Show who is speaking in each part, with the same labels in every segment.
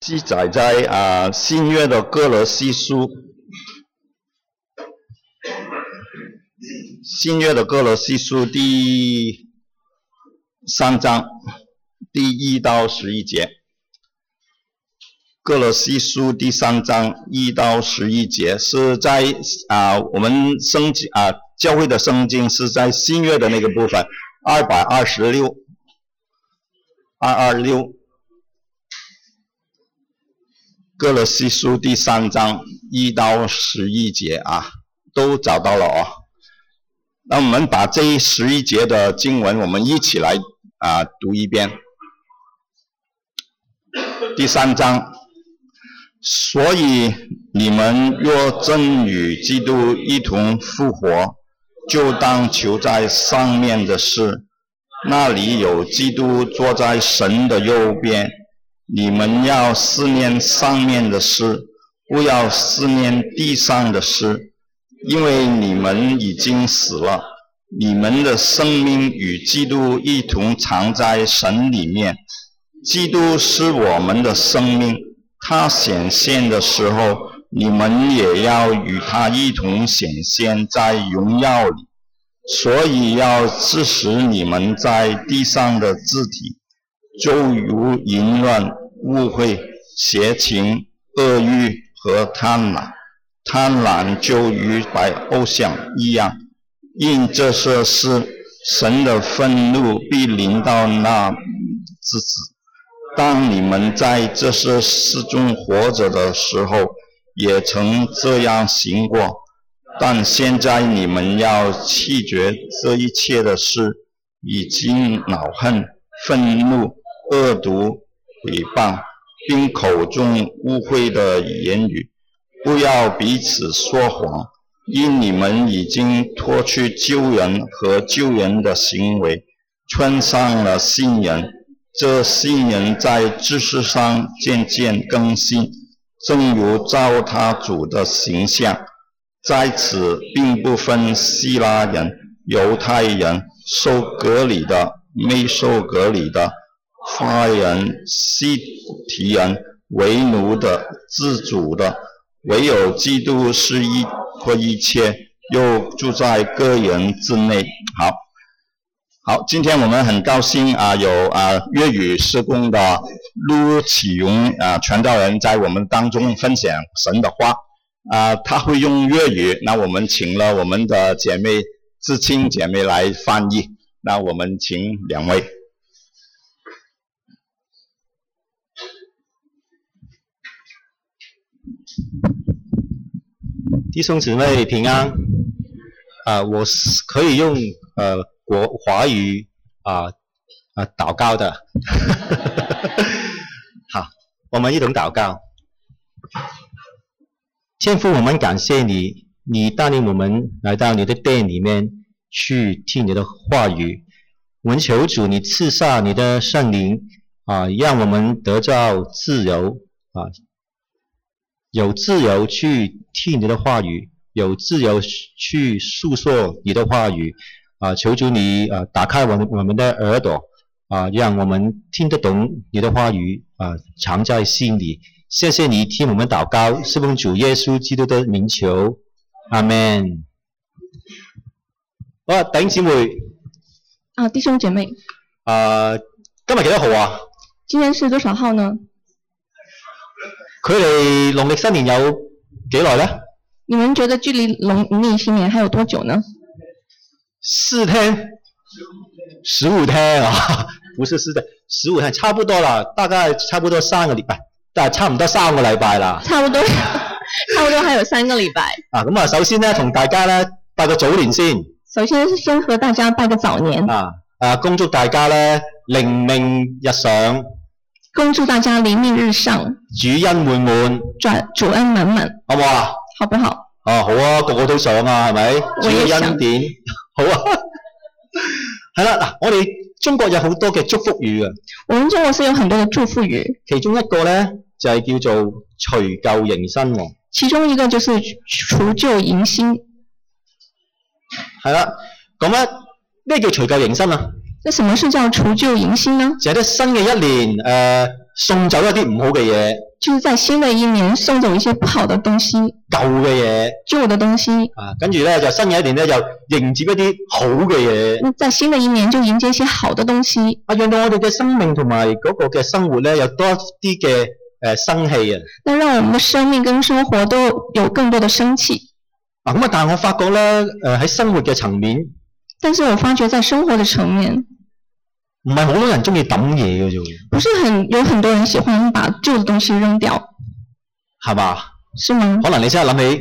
Speaker 1: 记载在啊新约的哥罗西书，新约的哥罗西书第三章第一到十一节，哥罗西书第三章一到十一节是在啊我们圣经啊教会的圣经是在新约的那个部分，二百二十六，二二六。哥罗西书第三章一到十一节啊，都找到了哦。那我们把这十一节的经文，我们一起来啊读一遍。第三章，所以你们若真与基督一同复活，就当求在上面的事，那里有基督坐在神的右边。你们要思念上面的事，不要思念地上的事，因为你们已经死了，你们的生命与基督一同藏在神里面。基督是我们的生命，他显现的时候，你们也要与他一同显现在荣耀里。所以要致使你们在地上的肢体。就如淫乱、误会、邪情、恶欲和贪婪，贪婪就与白偶像一样。因这些事，神的愤怒必临到那之子。当你们在这些事中活着的时候，也曾这样行过。但现在你们要弃绝这一切的事，已经恼恨、愤怒。恶毒、诽谤，并口中污秽的言语，不要彼此说谎，因你们已经脱去救人和救人的行为，穿上了新人。这新人在知识上渐渐更新，正如照他主的形象。在此并不分希腊人、犹太人、受隔离的、没受隔离的。花人、西提人、为奴的、自主的，唯有基督是一和一切，又住在个人之内。好，好，今天我们很高兴啊，有啊粤语施工的陆启荣啊传道人在我们当中分享神的话啊， 他会用粤语，那我们请了我们的姐妹知青姐妹来翻译，那我们请两位。
Speaker 2: 弟兄姊妹平安，啊、呃，我是可以用呃国华语啊啊、呃呃、祷告的， 好，我们一同祷告。天父，我们感谢你，你带领我们来到你的殿里面去听你的话语。我们求主，你赐下你的圣灵啊，让我们得到自由啊。有自由去听你的话语，有自由去诉说你的话语，啊、呃，求主你啊、呃、打开我们我们的耳朵，啊、呃，让我们听得懂你的话语，啊，藏在心里。谢谢你听我们祷告，是奉主耶稣基督的名求，阿门。好，弟兄姊妹，
Speaker 3: 啊，弟兄姐妹，
Speaker 2: 啊，今日几多號啊？
Speaker 3: 今天是多少号呢？
Speaker 2: 佢哋農曆新年有幾耐咧？
Speaker 3: 你们觉得距离农历新年还有多久呢？
Speaker 2: 四天，十五天啊， 不是四天，十五天差不多啦，大概差不多三個禮拜，但係差唔多三個禮拜啦。
Speaker 3: 差不多，差不多还有三个礼拜。
Speaker 2: 啊，咁啊，首先咧，同大家咧拜個早年先。
Speaker 3: 首先是先和大家拜个早年。
Speaker 2: 啊，啊，恭祝大家咧，靈命日上。
Speaker 3: 恭祝大家灵命日上，
Speaker 2: 主恩滿滿，
Speaker 3: 主主恩滿滿，
Speaker 2: 好唔好啊？
Speaker 3: 好不好？
Speaker 2: 哦，好啊，個個都想啊，係咪？主恩典， 好啊。係啦，嗱，我哋中國有好多嘅祝福語啊。
Speaker 3: 我們中國是有很多嘅祝福語，
Speaker 2: 其中一個咧就係、是、叫做除舊迎新喎。
Speaker 3: 其中一個就是除舊迎新。
Speaker 2: 係啦，咁咧咩叫除舊迎新啊？
Speaker 3: 那什么是叫除舊迎新呢？
Speaker 2: 就係啲新嘅一年，誒、呃、
Speaker 1: 送走一啲唔好嘅嘢、
Speaker 3: 就是在新的一年送走一些不好的东西、
Speaker 1: 舊嘅嘢
Speaker 3: 旧的东西。
Speaker 1: 啊，跟住咧就新嘅一年咧就迎接一啲好嘅嘢，
Speaker 3: 那在新的一年就迎接一些好的东西，
Speaker 1: 啊，讓到我哋嘅生命同埋嗰個嘅生活咧有多啲嘅誒生氣啊！
Speaker 3: 那让我们的生命跟生活都有更多的生气。
Speaker 1: 嗱咁啊，但係我發覺咧誒喺生活嘅層面，
Speaker 3: 但是我发觉在生活的层面，
Speaker 1: 唔係好多人中意抌嘢嘅啫喎，
Speaker 3: 不是很有很多人喜欢把旧的东西扔掉，
Speaker 1: 係嘛？
Speaker 3: 是吗？
Speaker 1: 可能你真係諗起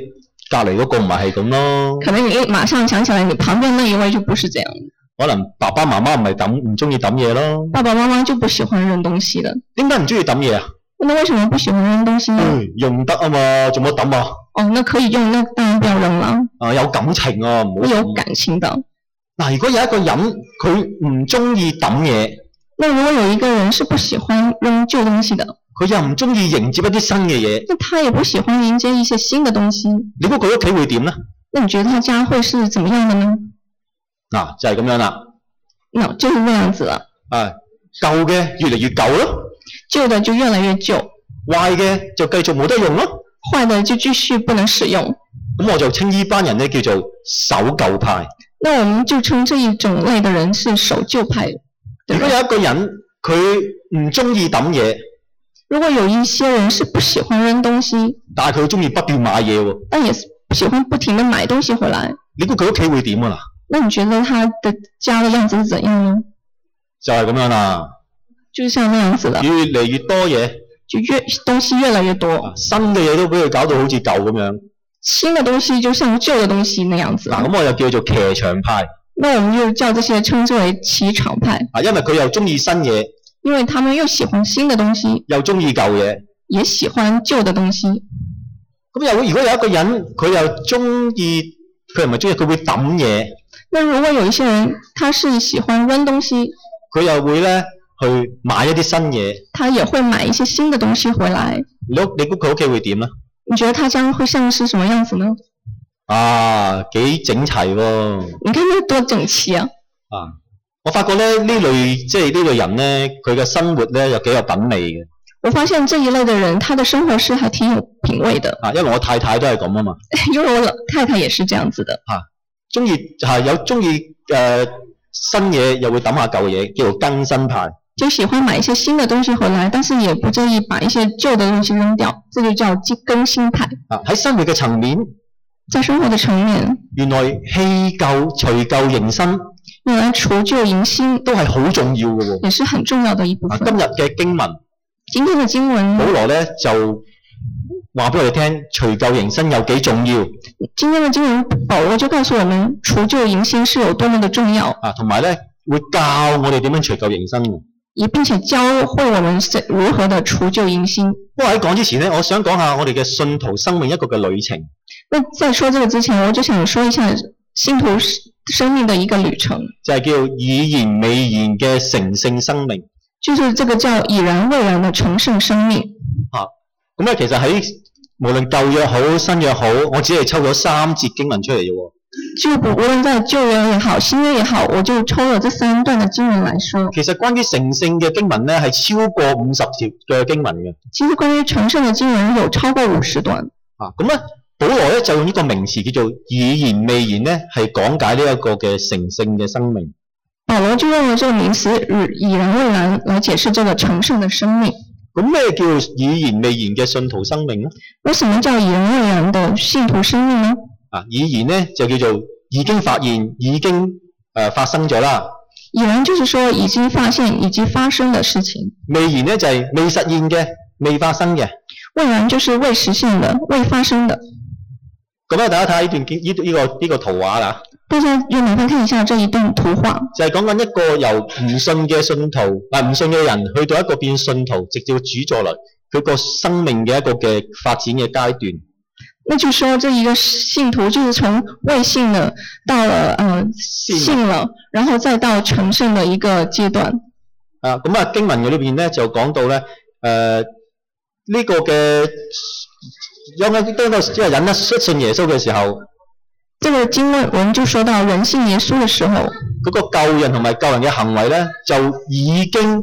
Speaker 1: 隔離嗰個唔係係咁咯，
Speaker 3: 可能你马上想起来，你旁边那一位就不是这样，
Speaker 1: 可能爸爸媽媽唔係抌唔中意抌嘢咯。
Speaker 3: 爸爸妈妈就不喜欢扔东西了。
Speaker 1: 點解唔中意抌嘢啊？
Speaker 3: 那为什么不喜欢扔东西呢？
Speaker 1: 嗯用得啊嘛，做乜抌啊？
Speaker 3: 哦，那可以用，那当然不要扔了，
Speaker 1: 啊，有感情啊，唔好
Speaker 3: 有
Speaker 1: 抌啊。
Speaker 3: 感情的。
Speaker 1: 嗱，如果有一個人佢唔中意抌嘢，
Speaker 3: 那如果有一个人是不喜欢扔旧东西的，
Speaker 1: 佢又唔中意迎接一啲新嘅嘢，
Speaker 3: 那他也不喜欢迎接一些新的东西，
Speaker 1: 你估佢屋企會點咧？
Speaker 3: 那你觉得他家会是怎么样的呢？
Speaker 1: 嗱、就係、咁樣啦。
Speaker 3: 那就是那样子了，
Speaker 1: 啊，舊嘅越嚟越舊咯，
Speaker 3: 旧的就越来越旧，
Speaker 1: 壞嘅就繼續冇得用咯。
Speaker 3: 坏的就继续不能使用。
Speaker 1: 咁我就稱呢班人咧叫做守舊派。
Speaker 3: 那我们就称这一种类的人是守旧派。
Speaker 1: 如果有一個人佢唔中意抌嘢，
Speaker 3: 如果有一些人是不喜歡扔東西，
Speaker 1: 但係佢中意不斷買嘢喎，
Speaker 3: 但也是喜歡不停的買東西回來，
Speaker 1: 你估佢屋企會點啊？
Speaker 3: 那你覺得他的家的樣子是怎樣呢？
Speaker 1: 就係咁樣啦，
Speaker 3: 就像那樣子的，
Speaker 1: 越嚟越多嘢，
Speaker 3: 就越東西越來越多，
Speaker 1: 新嘅嘢都俾佢搞到好似舊咁樣。
Speaker 3: 新的東西就像舊的東西那樣子。
Speaker 1: 嗱，咁我又叫做騎牆派
Speaker 3: 那我們就叫這些稱之為騎場派，
Speaker 1: 啊，因為佢又中意新嘢，
Speaker 3: 因為他們又喜歡新的東西，
Speaker 1: 又中意舊嘢。
Speaker 3: 也喜歡舊的東西。
Speaker 1: 咁又如果有一個人佢又中意，佢唔係中意，佢會抌嘢，
Speaker 3: 那如果有一些人他是喜歡扔東西，
Speaker 1: 佢又會咧去買一啲新嘢，
Speaker 3: 他也會買一些新的東西回來，
Speaker 1: 你屋你估佢屋企會點咧？
Speaker 3: 你覺得他將會像是什麼樣子呢？
Speaker 1: 啊，幾整齊喎、
Speaker 3: 你看那多整齊啊！
Speaker 1: 啊！我發覺咧呢類即係呢類人咧，佢嘅生活咧又幾有品味嘅
Speaker 3: 我发现这一类的人，他的生活是还挺有品味的，
Speaker 1: 啊，因為我太太都係咁啊嘛，
Speaker 3: 因为我老太太也是这样子的，
Speaker 1: 中意嚇有中意誒新嘢，又會抌下舊嘢，叫做更新派。
Speaker 3: 就喜欢买一些新的东西回来，但是也不介意把一些旧的东西扔掉，这就叫精更新派。
Speaker 1: 啊，喺生活嘅層面，
Speaker 3: 在生活的层面，
Speaker 1: 原來棄舊除舊迎新
Speaker 3: 用来除旧迎新
Speaker 1: 都係好重要嘅喎、
Speaker 3: 也是很重要的一部
Speaker 1: 啊，
Speaker 3: 分。
Speaker 1: 今日嘅經文，
Speaker 3: 今天的经
Speaker 1: 保
Speaker 3: 文，
Speaker 1: 羅咧就話俾我哋聽，除舊迎新有幾重要
Speaker 3: 今天的经文保罗就告诉我们，除旧迎新是有多么的重要，
Speaker 1: 啊，同埋咧會教我哋點樣除舊迎新喎。
Speaker 3: 也并且教会我们是如何的除旧迎新。
Speaker 1: 不過喺講之前咧，我想講下我哋嘅信徒生命一個嘅旅程。
Speaker 3: 那在说这个之前，我就想说一下信徒生命的一个旅程。
Speaker 1: 就係叫以言未言嘅成聖生命。
Speaker 3: 就是这个叫已然未然的重生生命。
Speaker 1: 咁咧，其實喺無論舊約好、新約好，我只係抽咗三節經文出嚟啫喎。
Speaker 3: 就不无论在旧约也好，新约也好，我就抽了这三段的经文来说。
Speaker 1: 其實關於成聖嘅經文咧，係超過五十條嘅經文嘅。
Speaker 3: 其实关于成圣的经文有超过五十段，
Speaker 1: 啊，咁咧，保羅咧就用呢個名詞叫做以言未言咧，係講解呢一個嘅成聖嘅生命。
Speaker 3: 保罗就用了这个名词“已然未然”来解释这个成圣的生命。
Speaker 1: 咁咩叫以言未言嘅信徒生命咧？
Speaker 3: 那什么叫已然未然的信徒生命呢？
Speaker 1: 啊，以言咧就叫做已經發現、已經誒、呃、發生咗啦。
Speaker 3: 已然就是说已经发现、已经发生的事情；
Speaker 1: 未言咧就係、未實現嘅、未發生嘅。
Speaker 3: 未然就是未实现的、未发生的。
Speaker 1: 咁咧，大家睇下呢段經呢呢、個呢、個圖畫啦，
Speaker 3: 大家就麻烦看一下这一段图画，
Speaker 1: 就係講緊一個由唔信嘅信徒啊，唔信嘅人去到一個變信徒，直至到主再來，佢個生命嘅一個嘅發展嘅階段。
Speaker 3: 那就说这一个信徒就是从未信的到了呃
Speaker 1: 了
Speaker 3: 信了，然后再到成圣的一个阶段。
Speaker 1: 啊，咁啊經文裏邊咧就講到咧，誒、呢、個嘅有個當個即係人一信耶穌嘅時候，嗰、
Speaker 3: 这个经文就说到人信耶稣的时候，
Speaker 1: 個救人同埋救人嘅行為咧就已經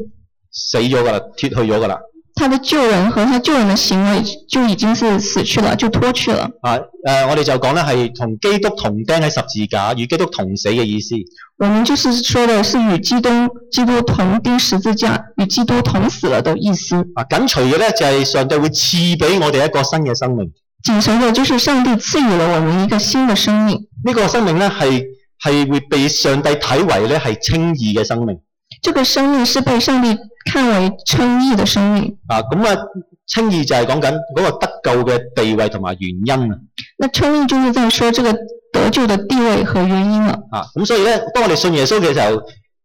Speaker 1: 死咗㗎啦，脱去咗㗎啦。
Speaker 3: 他的旧人和他旧人的行为就已经是死去了，就脱去了。
Speaker 1: 啊誒、呃我哋就講咧係同基督同釘喺十字架，與基督同死嘅意思。
Speaker 3: 我们就是说的是与基督基督同钉十字架，与基督同死了的意思。
Speaker 1: 啊，緊隨嘅咧就係、上帝會賜俾我哋一個新嘅生命。
Speaker 3: 紧随着就是上帝赐予了我们一个新的生命，
Speaker 1: 呢、個生命咧係係會被上帝睇為咧係稱義嘅生命。
Speaker 3: 这个生命是被上帝看为称义的生命。
Speaker 1: 啊，咁啊，稱義就係講緊嗰個得救嘅地位同埋原因啊。
Speaker 3: 那称义就是在说这个得救的地位和原因了。
Speaker 1: 啊，咁所以咧，當我哋信耶穌嘅時候，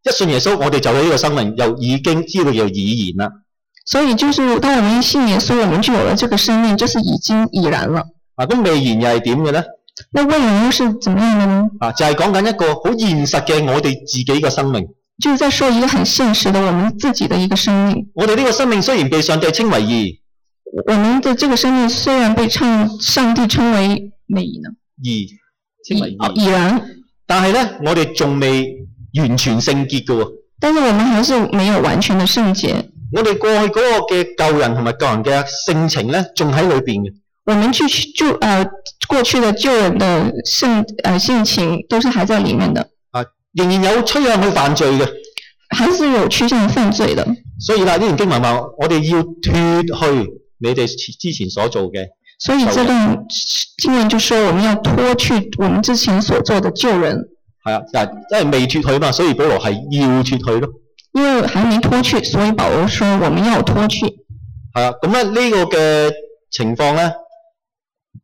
Speaker 1: 一信耶穌，我哋就有呢個生命，又已經知道又已然啦。
Speaker 3: 所以就是当我们信耶稣，我们就有了这个生命，这是已经已然了。
Speaker 1: 啊，咁未然又係點嘅咧？
Speaker 3: 那未然又是怎么样的呢？
Speaker 1: 啊，就係講緊一個好現實嘅我哋自己嘅生命。
Speaker 3: 就是在说一个很现实的我们自己的一个生命。
Speaker 1: 我哋呢個生命雖然被上帝稱為義，
Speaker 3: 我们的这个生命虽然被称上帝称为美呢，
Speaker 1: 義稱為
Speaker 3: 已哦
Speaker 1: 義，
Speaker 3: 已然，
Speaker 1: 但係咧，我哋仲未完全聖潔嘅喎。
Speaker 3: 但是我们还是没有完全的圣洁。
Speaker 1: 我哋過去嗰個嘅救人同埋救人嘅性情咧，仲喺裏邊嘅。
Speaker 3: 我们去旧呃过去的旧人的圣呃性情都是还在里面的，
Speaker 1: 仍然有趨向去犯罪嘅。
Speaker 3: 还是有趋向犯罪的。
Speaker 1: 所以啦，呢段經文話：我哋要脱去你哋之前所做嘅。
Speaker 3: 所以这
Speaker 1: 好的
Speaker 3: 段经文就说我们要脱去我们之前所做的旧人，
Speaker 1: 係啊，嗱，因為未脱去嘛，所以保羅係要脱去咯。
Speaker 3: 因为还没脱去，所以保罗说我们要脱去。
Speaker 1: 係啊，咁咧呢個嘅情況咧，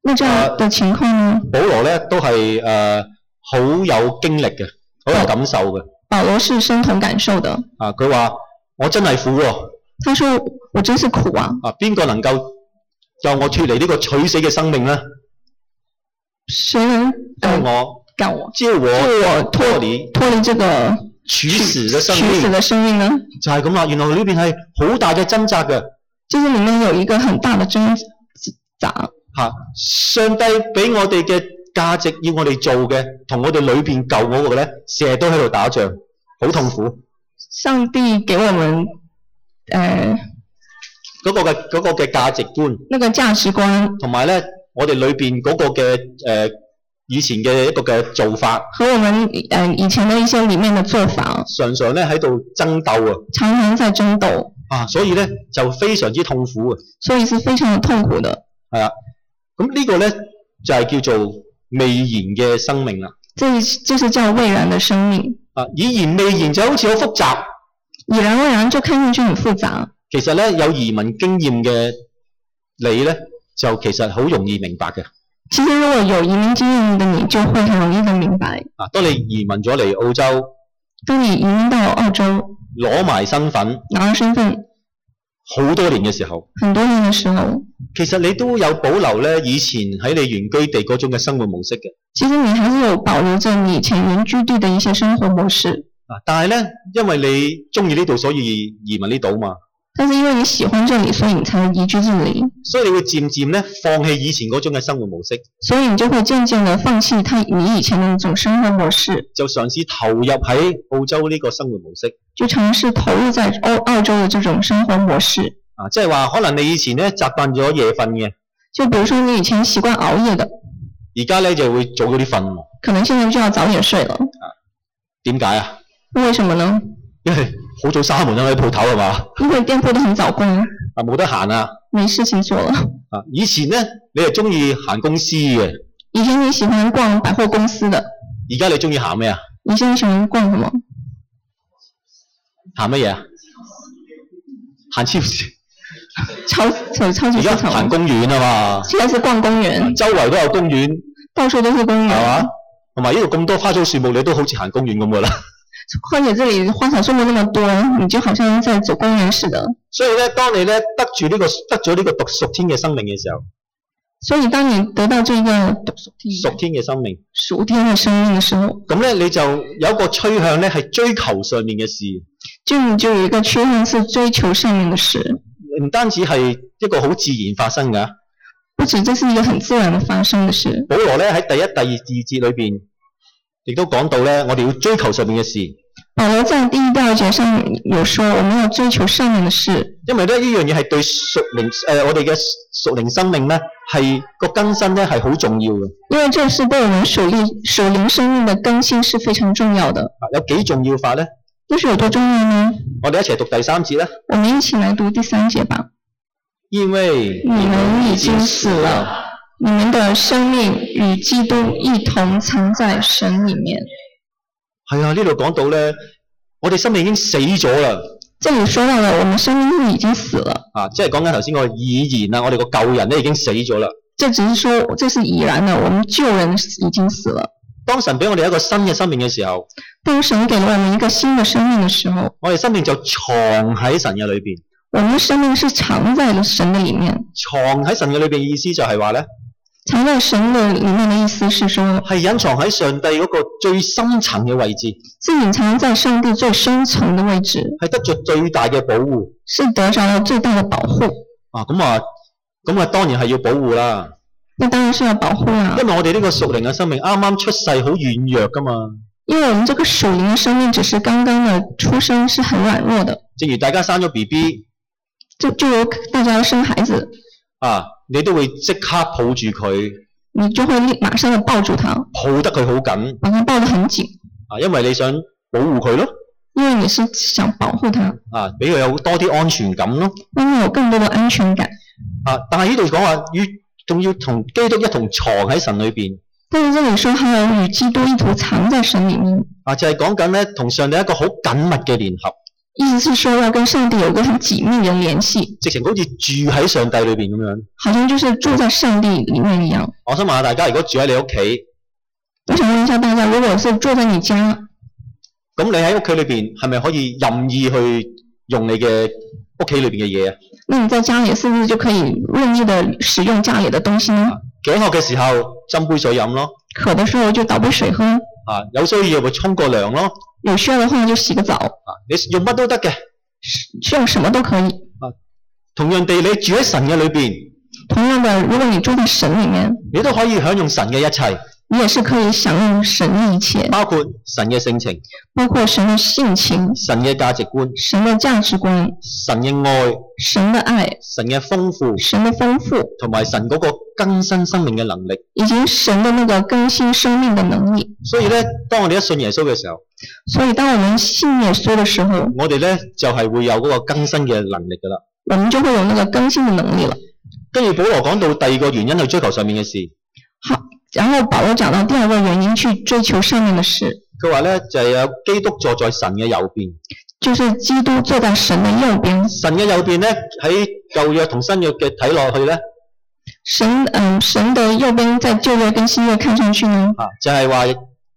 Speaker 3: 那这样的情况呢？
Speaker 1: 保羅咧都係誒好有經歷嘅，好有感受嘅。
Speaker 3: 保罗是深同感受的。
Speaker 1: 啊，佢話：我真係苦喎、
Speaker 3: 他说：“我真是苦啊，
Speaker 1: 啊，邊個能夠救我脱離呢個取死嘅生命咧？
Speaker 3: 谁能
Speaker 1: 將
Speaker 3: 呃
Speaker 1: 我
Speaker 3: 干我，
Speaker 1: 招我
Speaker 3: 救我脱
Speaker 1: 脱離
Speaker 3: 脱离这个
Speaker 1: 處死嘅生
Speaker 3: 取死
Speaker 1: 命，
Speaker 3: 的生命呢？
Speaker 1: 就係咁啦。原來呢邊係好大嘅掙扎嘅。
Speaker 3: 就是里面有一个很大的挣扎，
Speaker 1: 吓、上帝俾我哋嘅價值，要我哋做嘅，同我哋裏边舊嗰個咧，成日都喺度打仗，好痛苦。
Speaker 3: 上帝给我们呃
Speaker 1: 嗰、個嘅嗰、個嘅價值觀，
Speaker 3: 那个价值观
Speaker 1: 同埋咧，我哋裏边嗰個嘅诶、呃以前嘅一個嘅做法，
Speaker 3: 和我们呃以前的一些里面的做法，
Speaker 1: 常常咧喺度爭鬥啊！
Speaker 3: 常常在争斗，
Speaker 1: 啊，所以咧就非常之痛苦啊！
Speaker 3: 所以是非常的痛苦的。
Speaker 1: 係啊，咁呢個咧就係叫做未然嘅生命啦。
Speaker 3: 这就是叫未然的生命，
Speaker 1: 啊，已然未然就好似好複雜，
Speaker 3: 已然未然就看上去很复杂。
Speaker 1: 其實咧有移民經驗嘅你咧，就其實好容易明白嘅。
Speaker 3: 其实如果有移民经验的你，就会很容易的明白。”
Speaker 1: 啊，當你移民咗嚟澳洲，
Speaker 3: 当你移民到澳洲
Speaker 1: 攞埋身份
Speaker 3: 拿到身份
Speaker 1: 好多年嘅時候，
Speaker 3: 很多年的时候，
Speaker 1: 其實你都有保留咧以前喺你原居地嗰種嘅生活模式嘅。
Speaker 3: 其实你还是有保留着你以前原居地的一些生活模式，
Speaker 1: 啊，但係咧，因為你中意呢度，所以移民呢度嘛，
Speaker 3: 但是因为你喜欢这里，所以你才移居这里，
Speaker 1: 所以你會漸漸咧放棄以前嗰種嘅生活模式，
Speaker 3: 所以你就会渐渐的放弃他你以前的那种生活模式，
Speaker 1: 就嘗試投入喺澳洲呢個生活模式。
Speaker 3: 就尝试投入在澳澳洲的这种生活模式。
Speaker 1: 啊，即係話可能你以前咧習慣咗夜瞓嘅，
Speaker 3: 就比如说你以前习惯熬夜的，
Speaker 1: 而家咧就會早咗啲瞓喎。
Speaker 3: 可能现在就要早点睡了，
Speaker 1: 點解啊？
Speaker 3: 为什么呢？
Speaker 1: 因為好早閂門啦，喺鋪頭係嘛，啊
Speaker 3: 因为店铺都很早关，
Speaker 1: 冇得閒啊。
Speaker 3: 没事情做了。
Speaker 1: 啊，以前咧你係中意行公司嘅。
Speaker 3: 以前你喜欢逛百货公司的，
Speaker 1: 而家你中意行咩啊？
Speaker 3: 你现在喜欢逛什么？
Speaker 1: 行乜嘢啊？行超市，
Speaker 3: 超超超级
Speaker 1: 而
Speaker 3: 市
Speaker 1: 家
Speaker 3: 场
Speaker 1: 行公園啊嘛，
Speaker 3: 现在是逛公园，
Speaker 1: 周圍都有公園，
Speaker 3: 到处都是公
Speaker 1: 係
Speaker 3: 园
Speaker 1: 嘛。？同埋呢度咁多花草樹木，你都好似行公園咁噶啦。
Speaker 3: 况且这里花草树木那么多，你就好像在走公园似的。
Speaker 1: 所以咧，當你咧得住呢、個得咗呢個獨屬天嘅生命嘅時候，
Speaker 3: 所以，当你得到这个属天
Speaker 1: 屬天嘅生命，
Speaker 3: 属天的生命的时候，
Speaker 1: 咁咧你就有一個趨向咧係追求上面嘅事，
Speaker 3: 就你就有一个趋向是追求上面的事。
Speaker 1: 唔單止係一個好自然發生㗎。
Speaker 3: 不止这是一个很自然的发生的事。
Speaker 1: 保羅咧喺第一、第二節裏邊亦都講到咧，我哋要追求上面嘅事。
Speaker 3: 保罗在第一到节上有说，我们要追求上面的事，
Speaker 1: 因為咧呢樣嘢係對屬靈誒、呃我哋嘅屬靈生命咧係個更新咧係好重要嘅，
Speaker 3: 因为这是对我们属灵属灵生命的更新是非常重要的。
Speaker 1: 啊有幾重要法咧？
Speaker 3: 这是有多重要呢？
Speaker 1: 我哋一齊讀第三節啦。
Speaker 3: 我们一起来读第三节吧。
Speaker 1: 因為
Speaker 3: 你们已經死了，你们的生命与基督一同藏在神里面。
Speaker 1: 係啊，呢度講到咧，我哋生命已經死咗啦，
Speaker 3: 这里说到了我们生命已经死了，
Speaker 1: 啊，即係講緊頭先個已然啊，我哋個舊人咧已經死咗啦。
Speaker 3: 这只是说这是已然的，我们旧人已经死了。
Speaker 1: 當神俾我哋一個新嘅生命嘅時候，
Speaker 3: 当神给了我们一个新的生命的时候，
Speaker 1: 我哋生命就藏喺神嘅裏邊，
Speaker 3: 我们的生命是藏在了神的里面。
Speaker 1: 藏喺神嘅裏邊意思就係話咧，
Speaker 3: 藏在神的里面的意思是说，
Speaker 1: 係隱藏喺上帝嗰個最深層嘅位置，
Speaker 3: 是隐藏在上帝最深层的位置，
Speaker 1: 係得着最大嘅保護。
Speaker 3: 是得着了最大的保护。
Speaker 1: 啊，咁啊，咁啊，當然係要保護啦，
Speaker 3: 那当然是要保护啊啦、
Speaker 1: 因為我哋呢個屬靈嘅生命啱啱出世好軟弱噶嘛。
Speaker 3: 因为我们这个属灵的生命只是刚刚的出生，是很软弱的。
Speaker 1: 正如大家生咗 B B
Speaker 3: 就就如大家要生孩子，
Speaker 1: 啊，你都會即刻抱住佢，
Speaker 3: 你就会立马上的抱住他，
Speaker 1: 抱得佢好緊
Speaker 3: 把他抱得很紧，
Speaker 1: 啊，因為你想保護佢咯，
Speaker 3: 因为你是想保护他，
Speaker 1: 啊，俾佢有多啲安全感咯。
Speaker 3: 让他有更多的安全感。
Speaker 1: 啊，但係呢度講話要仲要同基督一同藏喺神裏邊
Speaker 3: 但是这里说还有与基督一同藏在神里面，
Speaker 1: 啊，就係講緊咧同上帝一個好緊密嘅聯合，
Speaker 3: 意思是说要跟上帝有个很紧密的联系，
Speaker 1: 直情好似住喺上帝裏邊咁樣。
Speaker 3: 好像就是住在上帝里面一样。
Speaker 1: 我想問下大家，如果住喺你屋企，
Speaker 3: 我想问一下大家，如果是住在你家，
Speaker 1: 咁你喺屋企裏邊係咪可以任意去用你嘅屋企裏邊嘅嘢啊？
Speaker 3: 那你在家里是不是就可以任意的使用家里的东西呢？
Speaker 1: 頸渴嘅時候斟杯水飲咯，
Speaker 3: 渴的时候就倒杯水喝，
Speaker 1: 啊，有需要咪沖個涼咯，
Speaker 3: 有需要的话就洗个澡，
Speaker 1: 啊，你用乜都得嘅。
Speaker 3: 是用什么都可以。
Speaker 1: 同樣地，你住喺神嘅裏邊，
Speaker 3: 同样的，如果你住在神里面，
Speaker 1: 你都可以享用神嘅一切，
Speaker 3: 你也是可以享用神的一切，
Speaker 1: 包括神嘅性情、
Speaker 3: 包括神的性情、
Speaker 1: 神嘅價值觀、
Speaker 3: 神的价值观、
Speaker 1: 神嘅愛、
Speaker 3: 神的爱、
Speaker 1: 神嘅豐富。
Speaker 3: 神的丰富，
Speaker 1: 同埋神嗰個更新生命嘅能力。
Speaker 3: 以及神的那个更新生命的能力。
Speaker 1: 所以咧，當我哋一信耶穌嘅時候，
Speaker 3: 所以，当我们信耶稣的时候，
Speaker 1: 我哋咧就係、會有嗰個更新嘅能力㗎啦。
Speaker 3: 我们就会有那个更新的能力了。
Speaker 1: 跟住保羅講到第二個原因去追求上面嘅事，
Speaker 3: 好，然后保罗讲到第二个原因，去追求上面的事，
Speaker 1: 佢話咧就係、有基督坐在神嘅右邊。
Speaker 3: 就是基督坐在神的右边。
Speaker 1: 神嘅右邊咧喺舊約同新約嘅睇落去咧
Speaker 3: 神，嗯、神的右边在旧约跟新约看上去呢，
Speaker 1: 啊，就係、話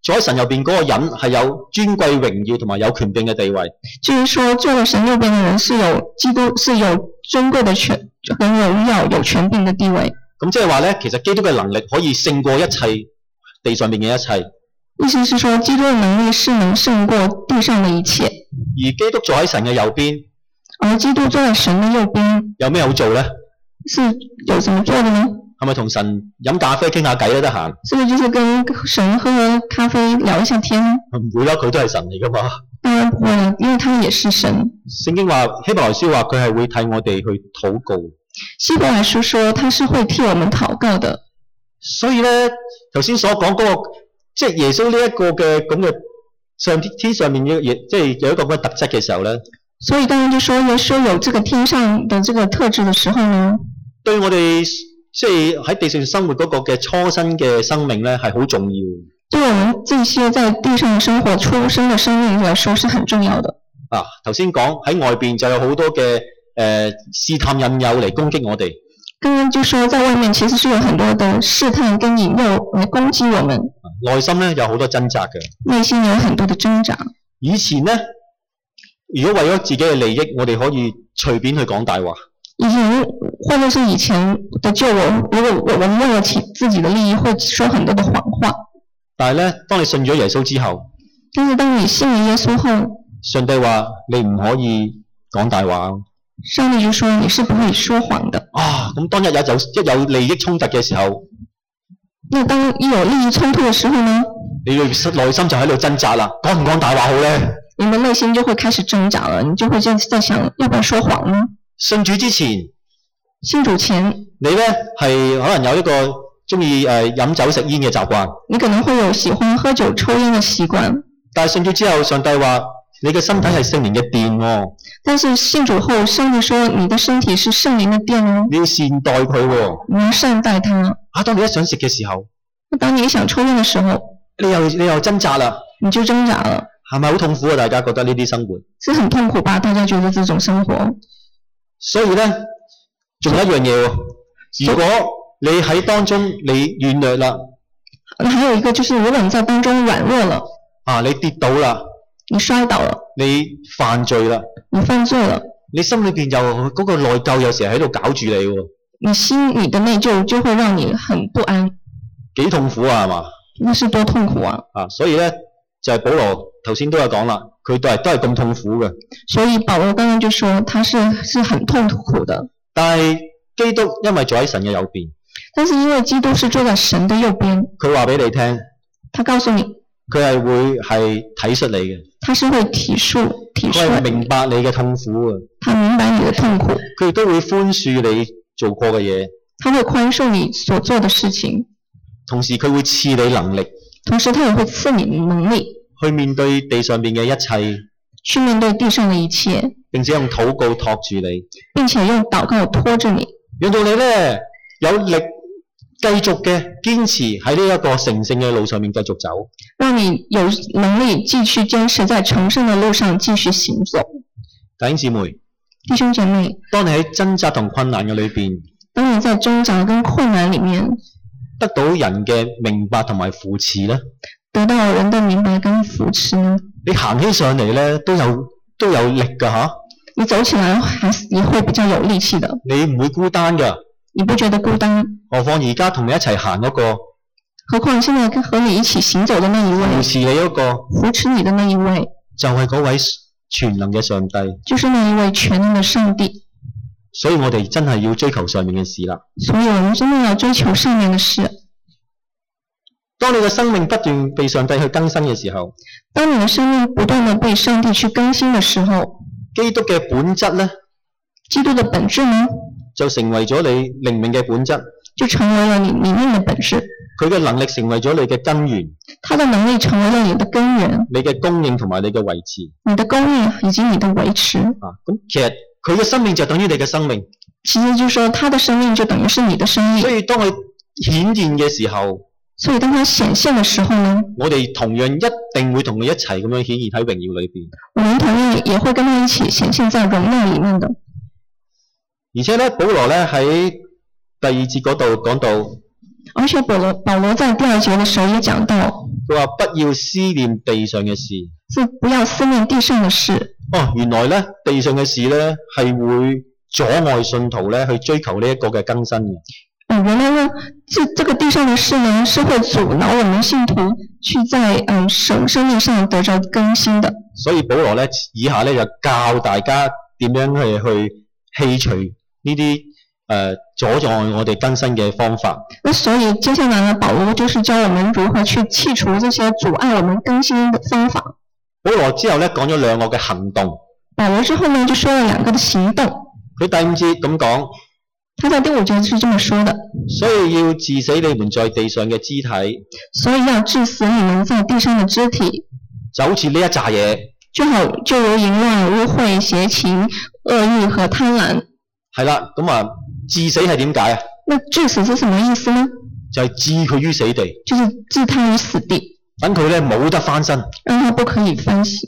Speaker 1: 坐喺神右邊嗰個人係有尊貴榮耀同埋有權柄嘅地位。
Speaker 3: 就是说坐在神右边的人是有基督是有尊贵的权，很荣耀、有权柄的地位。
Speaker 1: 咁即係話咧，其實基督嘅能力可以勝過一切地上面嘅一切。
Speaker 3: 意思是说，基督的能力是能胜过地上的一切，
Speaker 1: 而基督坐喺神嘅右邊，
Speaker 3: 而基督坐在神的右边
Speaker 1: 有咩好做咧？
Speaker 3: 是有怎么做的呢？
Speaker 1: 係咪同神飲咖啡傾下偈都得閒？
Speaker 3: 是不是就是跟神喝喝咖啡聊一下天呢？
Speaker 1: 唔會啦，佢都係神嚟噶嘛。
Speaker 3: 当然不会了，因为他也是神。
Speaker 1: 聖經話希伯來書話佢係會替我哋去禱告，
Speaker 3: 希伯来书说他是会替我们祷告的，
Speaker 1: 所以咧頭先所講嗰、個即係耶穌呢一個嘅咁嘅上天天上面嘅嘢，即係有一個咁嘅特質嘅時候咧，
Speaker 3: 所以当然就说耶稣有这个天上的这个特质的时候呢，
Speaker 1: 對我哋即係喺地上生活嗰個嘅初生嘅生命咧係好重要。
Speaker 3: 对我们这些在地上生活出生的生命来说是很重要的。
Speaker 1: 啊，頭先講喺外邊就有好多嘅誒、呃試探引誘嚟攻擊我哋，
Speaker 3: 刚刚就说在外面其实是有很多的试探跟引诱来攻击我们，
Speaker 1: 內心咧有好多掙扎嘅。
Speaker 3: 内心有很多的挣扎。
Speaker 1: 以前咧，如果為咗自己嘅利益，我哋可以隨便去講大話。
Speaker 3: 以前或者是以前的救我，如果我我们为了其自己的利益会说很多的谎话，
Speaker 1: 但係咧，當你信咗耶穌之後，
Speaker 3: 但是当你信了耶稣后，
Speaker 1: 上帝話你唔可以講大話
Speaker 3: 上帝就说你是不会说谎的。
Speaker 1: 啊！咁當日有就一有利益衝突嘅時候，
Speaker 3: 那当一有利益冲突的时候呢，
Speaker 1: 你內心內心就喺度掙扎啦，講唔講大話好咧？
Speaker 3: 你你的内心就会开始挣扎了，你就会在在想要不要说谎呢？
Speaker 1: 信主之前，
Speaker 3: 信主前，
Speaker 1: 你呢係可能有一個中意誒飲酒食煙嘅習慣，
Speaker 3: 你可能会有喜欢喝酒、抽烟的习惯，
Speaker 1: 但係信主之後，上帝話你嘅身體係聖靈嘅殿喎，
Speaker 3: 但是信主后，圣父说你的身体是圣灵的殿哦，
Speaker 1: 你要善待佢喎。
Speaker 3: 你要善待它。
Speaker 1: 啊，當你一想食嘅時候，
Speaker 3: 那当你想抽烟的时候，
Speaker 1: 你又你又掙扎啦，
Speaker 3: 你就挣扎了，
Speaker 1: 係咪好痛苦啊？大家覺得呢啲生活，
Speaker 3: 是很痛苦吧？大家觉得这种生活，
Speaker 1: 所以呢，仲有一樣嘢喎，如果你喺當中你軟弱啦，
Speaker 3: 那还有一个就是，如果你在当中软弱了，
Speaker 1: 啊你跌倒啦，
Speaker 3: 你摔倒了，
Speaker 1: 你犯罪啦，
Speaker 3: 你犯罪了，
Speaker 1: 你心裏邊又嗰、個內疚有時喺度搞住你喎，
Speaker 3: 你心里的内疚就会让你很不安，
Speaker 1: 幾痛苦啊係嘛？
Speaker 3: 那是多痛苦啊！
Speaker 1: 啊，所以咧就係、保羅頭先都有講啦，佢都係都係咁痛苦嘅。
Speaker 3: 所以保罗刚刚就说他是是很痛苦的，
Speaker 1: 但係基督因為坐喺神嘅右邊，
Speaker 3: 但是因为基督是坐在神的右边，
Speaker 1: 佢話俾你聽，
Speaker 3: 他告诉你
Speaker 1: 佢係會係體恤你嘅，
Speaker 3: 他是会体恤体
Speaker 1: 佢係
Speaker 3: 恤
Speaker 1: 明白你嘅痛苦嘅，
Speaker 3: 他明白你的痛苦，
Speaker 1: 佢亦都會寬恕你做過嘅嘢，
Speaker 3: 他会宽恕你所做的事情，
Speaker 1: 同時佢會賜你能力
Speaker 3: 同时他也会赐你能力
Speaker 1: 去面對地上面嘅一切，
Speaker 3: 去面对地上的一切，
Speaker 1: 並且用禱告托住你，
Speaker 3: 并且用祷告拖着你，
Speaker 1: 讓到你咧有力繼續嘅堅持喺呢一個成聖嘅路上面繼續走。
Speaker 3: 让你有能力继续坚持在成圣的路上继续行走。
Speaker 1: 弟兄姊妹，
Speaker 3: 弟兄姐妹，
Speaker 1: 當你喺掙扎同困難嘅裏邊，
Speaker 3: 当你在挣扎跟困难里面
Speaker 1: 得到人嘅明白同埋扶持咧，
Speaker 3: 得到人的明白跟扶持呢，
Speaker 1: 你行起上嚟咧都有都有力噶吓，
Speaker 3: 你走起来还是也会比较有力气的，
Speaker 1: 你唔會孤單噶。
Speaker 3: 你不觉得孤单？
Speaker 1: 何況而家同你一齊行嗰個
Speaker 3: 何况现在跟和你一起行走的那一
Speaker 1: 扶
Speaker 3: 位，
Speaker 1: 持你嗰個，
Speaker 3: 扶持你的那一位，
Speaker 1: 就係嗰位全能嘅上帝。
Speaker 3: 就是那一位全能的上帝。
Speaker 1: 所以我哋真係要追求上面嘅事啦。
Speaker 3: 所以我们真的要追求上面的事。
Speaker 1: 當你嘅生命不斷被上帝去更新嘅時候，
Speaker 3: 当你的生命不断的被上帝去更新的时候，
Speaker 1: 基督嘅本質咧
Speaker 3: 基督的本质呢，
Speaker 1: 就成為咗你靈命嘅本質，
Speaker 3: 就成为了你里面的本质，
Speaker 1: 佢嘅能力成為咗你嘅根源、
Speaker 3: 他的能力成为了你的根源，
Speaker 1: 你嘅供應同埋你嘅維持
Speaker 3: 你的供应以及你的维持。
Speaker 1: 啊。咁其實佢嘅生命就等於你嘅生命。
Speaker 3: 其实就是说，他的生命就等于是你的生
Speaker 1: 所
Speaker 3: 命。
Speaker 1: 以當佢顯現嘅時候，
Speaker 3: 所以当他显现的时候呢，
Speaker 1: 我哋同樣一定會同佢一齊咁樣顯現喺榮耀裏邊。
Speaker 3: 我们同样也会跟他一起显现在荣耀里面的。
Speaker 1: 而且咧，保羅咧喺第二節嗰度講到，
Speaker 3: 而且保罗保罗在第二节的时候也讲到，
Speaker 1: 佢話不要思念地上嘅事。
Speaker 3: 是不要思念地上的事。
Speaker 1: 哦，原來咧地上嘅事咧係會阻礙信徒咧去追求呢一個嘅更新嘅。
Speaker 3: 呃，原来呢，这这个地上的事呢，是会阻挠我们信徒去在嗯生生命上得着更新的。
Speaker 1: 所以保羅咧以下咧就教大家點樣去去棄除呢啲誒阻礙我哋更新嘅方法。
Speaker 3: 那所以接下来呢，保罗就是教我们如何去剔除这些阻碍我们更新的方法。
Speaker 1: 保羅之後咧講咗兩個嘅行動。
Speaker 3: 保罗之后呢，就说了两个的行动。
Speaker 1: 佢第五節咁講。
Speaker 3: 他在第五节是这么说的：
Speaker 1: 所以要治死你們在地上嘅肢體，
Speaker 3: 所以要致死你们在地上的肢体，
Speaker 1: 就好似呢一扎嘢，
Speaker 3: 就好就如淫乱、污秽、邪情、恶意和贪婪。
Speaker 1: 係啦，咁啊，治死係點解啊？
Speaker 3: 那致死是什么意思呢？
Speaker 1: 就係、置佢於死地，
Speaker 3: 就是置他于死地，
Speaker 1: 等佢咧冇得翻身，
Speaker 3: 让他不可以翻身。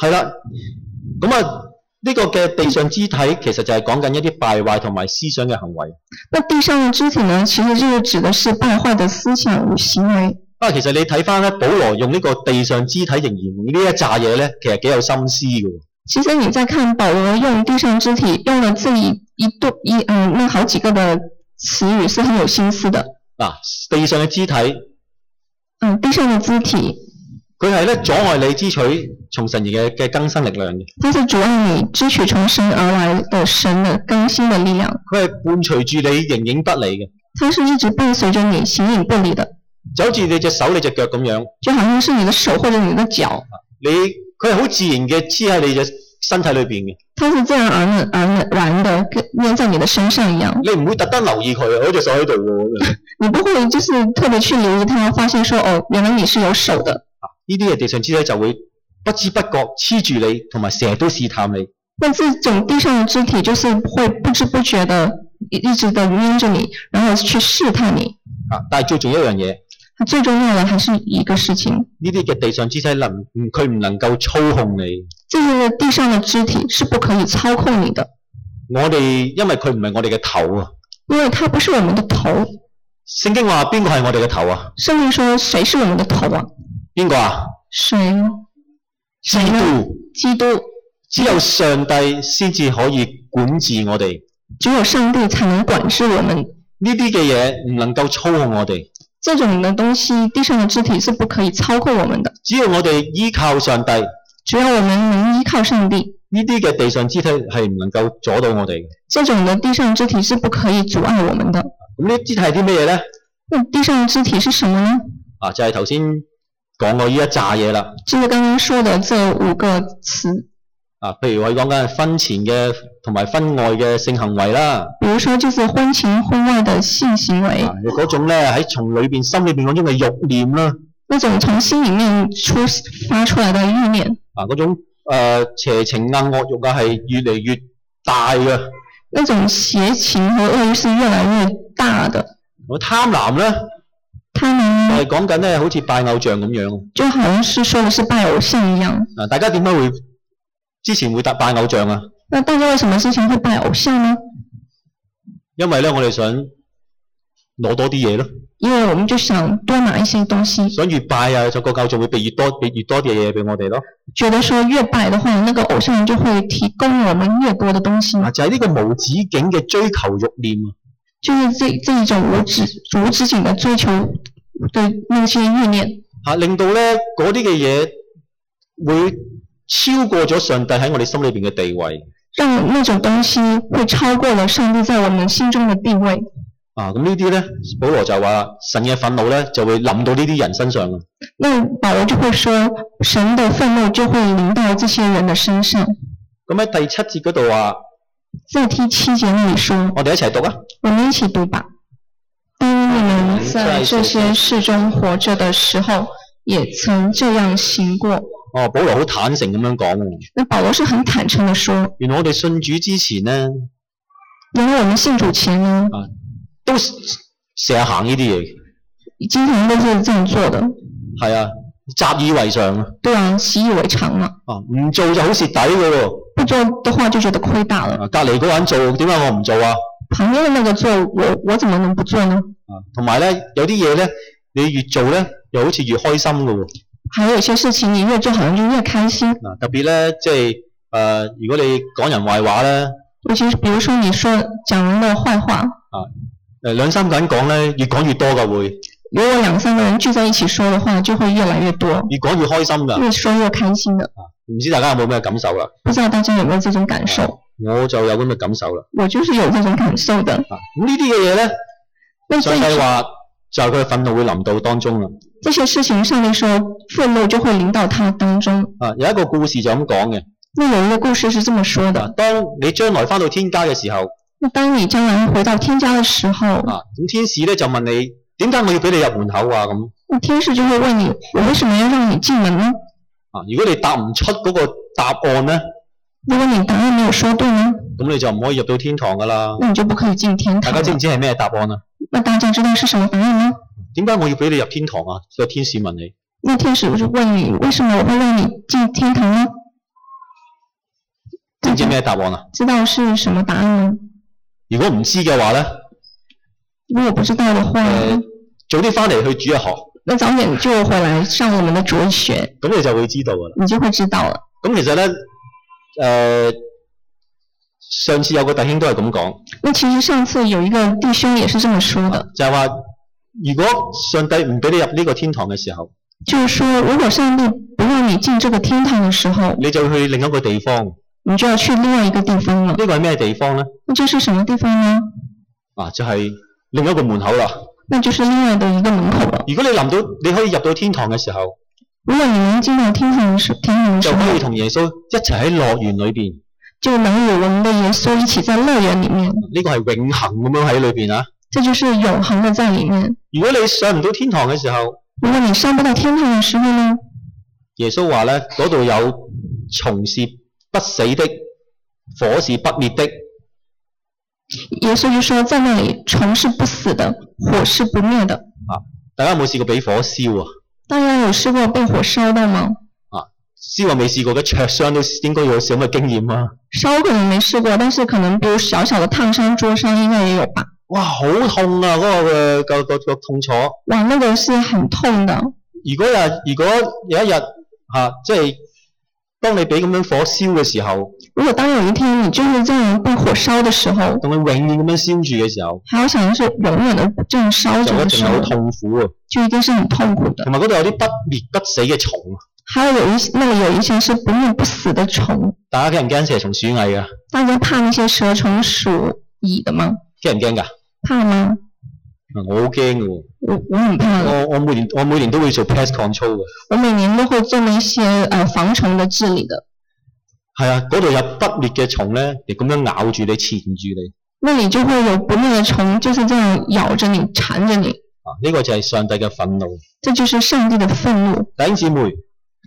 Speaker 1: 係啦，咁啊，呢、個嘅地上肢體其實就係講緊一啲敗壞同埋思想嘅行為。
Speaker 3: 那地上的肢体呢，其实就是指的是败坏的思想与行为。
Speaker 1: 啊，其實你睇翻咧，保羅用呢個地上肢體形容呢一扎嘢咧，其實幾有心思嘅喎。
Speaker 3: 其实你在看保罗用地上肢体用了这一一对一嗯那好几个的词语是很有心思的。
Speaker 1: 嗱、地上嘅肢體，佢
Speaker 3: 嗯，地上的肢体，
Speaker 1: 係咧阻礙你支取從神而嘅嘅更新力量嘅，
Speaker 3: 它是主要你支取从神而来的神的更新的力量，
Speaker 1: 佢係伴隨住你形影不離嘅。
Speaker 3: 它是一直伴随着你形影不离的，
Speaker 1: 就好似你隻手、你隻腳咁樣，
Speaker 3: 就好像是你的手或者你的脚，
Speaker 1: 你佢係好自然嘅黐喺你嘅身體裏邊嘅，
Speaker 3: 它是自然而然而然的跟粘在你的身上一样，
Speaker 1: 你唔會特登留意佢啊，我隻手喺度喎咁樣。
Speaker 3: 你不会就是特别去留意它，发现说哦，原来你是有手的。
Speaker 1: 呢啲嘅地上肢體就會不知不覺黐住你，同埋成日都試探你。
Speaker 3: 那这种地上的肢体就是会不知不觉的一一直的晕着你，然后去试探你。
Speaker 1: 啊！但係最重要一樣嘢，
Speaker 3: 最重要的还是一个事情，
Speaker 1: 呢啲嘅地上肢體能唔佢唔能夠操控你。
Speaker 3: 这些地上的肢体是不可以操控你的，
Speaker 1: 我哋因為佢唔係我哋嘅頭啊。
Speaker 3: 因为它不是我们的头。
Speaker 1: 聖經話邊個係我哋嘅頭啊？
Speaker 3: 圣经说谁是我们的头啊？
Speaker 1: 邊個啊？
Speaker 3: 谁？
Speaker 1: 基督。
Speaker 3: 基督。
Speaker 1: 只有上帝先至可以管治我哋。
Speaker 3: 只有上帝才能管制我们。
Speaker 1: 呢啲嘅嘢唔能夠操控我哋。
Speaker 3: 这种的东西，地上的肢体是不可以操控我们的。
Speaker 1: 只要我哋依靠上帝，呢
Speaker 3: 只要我们能依靠上帝，
Speaker 1: 啲嘅地上肢體係唔能夠阻到我哋嘅。
Speaker 3: 这种的地上肢体是不可以阻碍我们的。
Speaker 1: 咁呢啲肢體係啲咩嘢咧？
Speaker 3: 那地上的肢体是什么呢？
Speaker 1: 啊，就係頭先講過呢一扎嘢啦。
Speaker 3: 就是刚刚说的这五个词，
Speaker 1: 啊，譬如我哋講緊係婚前嘅同埋婚外嘅性行為啦，
Speaker 3: 比如说就是婚前婚外的性行为，
Speaker 1: 啊嗰種咧喺從裏邊心裏邊嗰種嘅慾念啦，
Speaker 3: 那种从心里面出发出来的欲念，
Speaker 1: 啊嗰種、呃、邪情啊惡慾啊係越嚟越大嘅。
Speaker 3: 那种邪情和恶欲是越来越大的。
Speaker 1: 我貪婪咧，
Speaker 3: 他
Speaker 1: 我
Speaker 3: 们
Speaker 1: 哋講緊咧好似拜偶像咁樣。
Speaker 3: 就好像是说的是拜偶像一样。
Speaker 1: 啊，大家點解會之前會搭拜偶像啊？
Speaker 3: 那大家为什么之前会拜偶像呢？
Speaker 1: 因為咧我哋想攞多啲嘢咯，
Speaker 3: 因为我们就想多拿一些东西，
Speaker 1: 想越拜啊，就個偶像會俾越多俾越多嘅嘢俾我哋咯。
Speaker 3: 觉得说越拜的话，那个偶像就会提供我们越多的东西，
Speaker 1: 啊，就係、呢個無止境嘅追求慾念啊！
Speaker 3: 就是这这一种无止无止境的追求的那些欲念，
Speaker 1: 嚇、啊令到咧嗰啲嘅嘢會超過咗上帝喺我哋心裏邊嘅地位
Speaker 3: 让那种东西会超过了上帝在我们心中的地位。
Speaker 1: 啊！咁呢啲咧，保羅就話神嘅憤怒咧就會臨到呢啲人身上啊！
Speaker 3: 那保罗就会说，神的愤怒就会临到这些人的身上。
Speaker 1: 咁喺第七節嗰度話，
Speaker 3: 在第七节那里说，
Speaker 1: 我哋一齊讀啊！
Speaker 3: 我们一起读吧。当你们在这些事中活着的时候，也曾这样行过。
Speaker 1: 哦，保羅好坦誠咁樣講喎。
Speaker 3: 那保罗是很坦诚的说，
Speaker 1: 原來我哋信主之前咧，
Speaker 3: 原来我们信主前呢，
Speaker 1: 都 s- 成日行呢啲嘢，
Speaker 3: 经常都是这样做的，
Speaker 1: 係啊，習以為常啊！
Speaker 3: 对啊，习以为常了，
Speaker 1: 啊，唔做就好蝕底嘅喎。
Speaker 3: 不做的话就觉得亏大了。
Speaker 1: 啊隔離嗰個人做，點解我唔做啊？
Speaker 3: 旁边的那个做，我我怎么能不做呢？
Speaker 1: 啊，同埋咧，有啲嘢咧，你越做咧，又好似越開心嘅喎。
Speaker 3: 还有一些事情，你越做好像就越开心，
Speaker 1: 嗱、啊特別咧，即係誒、呃如果你講人壞話咧，誒、
Speaker 3: 尤其是比如说你说讲人的坏话，
Speaker 1: 呃兩三個人講咧，越講越多嘅會，
Speaker 3: 如果两三个人聚在一起说的话，就会越来越多，
Speaker 1: 越講越開心㗎。
Speaker 3: 越说越开心的。
Speaker 1: 唔知大家有冇咩感受啦？
Speaker 3: 不知道大家有没有这种感受？
Speaker 1: 我就有咁嘅感受啦。
Speaker 3: 我就是有这种感受的。
Speaker 1: 啊，咁呢啲嘅嘢咧，
Speaker 3: 那
Speaker 1: 上
Speaker 3: 这
Speaker 1: 帝話就係佢嘅憤怒會臨到當中啦。
Speaker 3: 这些事情，上帝说愤怒就会临到他当中。
Speaker 1: 啊，有一個故事就咁講嘅。
Speaker 3: 那有一個故事是這麼說
Speaker 1: 嗱
Speaker 3: 的：，
Speaker 1: 當你將來翻到天家嘅時候，
Speaker 3: 那当你将来回到天家的时候，
Speaker 1: 啊，咁天使咧就問你點解我要俾你入門口啊？咁
Speaker 3: 那天使就会问你：我为什么要让你进门呢？
Speaker 1: 啊，如果你答唔出嗰個答案咧，
Speaker 3: 如果你答案沒有说对呢，
Speaker 1: 咁你就唔可以入到天堂噶啦。
Speaker 3: 那你就不可以进天
Speaker 1: 大
Speaker 3: 堂
Speaker 1: 家知唔
Speaker 3: 了。
Speaker 1: 知係咩答案啊？
Speaker 3: 那大家知道是什么答案呢？
Speaker 1: 點解我要俾你入天堂啊？個天使問你，
Speaker 3: 那天使就问你：为什么我会让你进天堂呢？
Speaker 1: 知唔知咩答案啊？
Speaker 3: 知道是什么答案呢？
Speaker 1: 如果唔知嘅話咧，誒、
Speaker 3: 如果不知道的话，
Speaker 1: 早啲翻嚟去主日學，
Speaker 3: 那早点就回来上我们的主日学，
Speaker 1: 咁你就會知道噶啦。
Speaker 3: 你就会知道了。
Speaker 1: 咁其實咧，誒、上次有個弟兄都係咁講。
Speaker 3: 那其实上次有一个弟兄也是这么说的，
Speaker 1: 就係話，如果上帝唔俾你入呢個天堂嘅時候，
Speaker 3: 就是说，如果上帝不让你进这个天堂的时候，
Speaker 1: 你就去另一個地方。呢、
Speaker 3: 你就要去另外一个地方了。
Speaker 1: 個係咩地方呢？
Speaker 3: 那这是什么地方呢？
Speaker 1: 啊，就係另一個門口啦。
Speaker 3: 那就是另外的一个门口了。
Speaker 1: 如果你臨到你可以入到天堂嘅時候，
Speaker 3: 如果你能进到天上的时天上的时
Speaker 1: 就
Speaker 3: 候，
Speaker 1: 可以同耶穌一齊喺樂園裏邊。
Speaker 3: 就能与我们的耶穌一起在乐园里面，
Speaker 1: 呢、個係永恆咁樣喺裏邊啊！
Speaker 3: 这就是永恒的在里面。
Speaker 1: 如果你上唔到天堂嘅時候，
Speaker 3: 如果你上不到天堂的时候呢，
Speaker 1: 耶穌話咧，嗰度有蟲是不死的，火是不滅的。
Speaker 3: 耶穌就说在那里虫是不死的，火是不灭的。
Speaker 1: 大家有冇試過俾火燒啊？
Speaker 3: 大家有试过被火烧到吗？
Speaker 1: 燒我未試過嘅，灼傷都應該有少咁嘅經驗啊！
Speaker 3: 烧可能没试过，但是可能比如小小的烫伤、灼伤应该也有吧。
Speaker 1: 哇，好痛啊！嗰、個嘅、個個、個痛楚。
Speaker 3: 哇，那个是很痛的。
Speaker 1: 如果有如果有一日吓、啊即係當你俾咁樣火燒嘅時候，
Speaker 3: 如果当有一天你就是这样被火烧的时候，
Speaker 1: 同佢永遠咁樣燒住嘅時候，
Speaker 3: 还要想的是永远的这样烧着
Speaker 1: 就一
Speaker 3: 的
Speaker 1: 定
Speaker 3: 时
Speaker 1: 係
Speaker 3: 候
Speaker 1: 好，痛苦啊！
Speaker 3: 就一定是很痛苦的。
Speaker 1: 同埋嗰度有啲不滅不死嘅蟲啊！
Speaker 3: 还有有一些那个有一些是不灭不死的虫，
Speaker 1: 大家驚唔驚蛇蟲鼠蟻啊？
Speaker 3: 大家怕那些蛇虫鼠蚁的吗？
Speaker 1: 驚唔驚㗎？
Speaker 3: 怕吗？
Speaker 1: 啊我好驚嘅喎。
Speaker 3: 我我很怕的，
Speaker 1: 我我每年我每年都會做 pest control 嘅，
Speaker 3: 我每年都会做那些呃防虫的治理的。
Speaker 1: 係啊，嗰度有不滅嘅蟲咧，你咁樣咬住你，纏住你，
Speaker 3: 那里就会有不灭的虫，就是这样咬着你、缠着你。
Speaker 1: 啊，呢、個就係上帝嘅憤怒。
Speaker 3: 这就是上帝的愤怒。
Speaker 1: 弟兄姊妹，我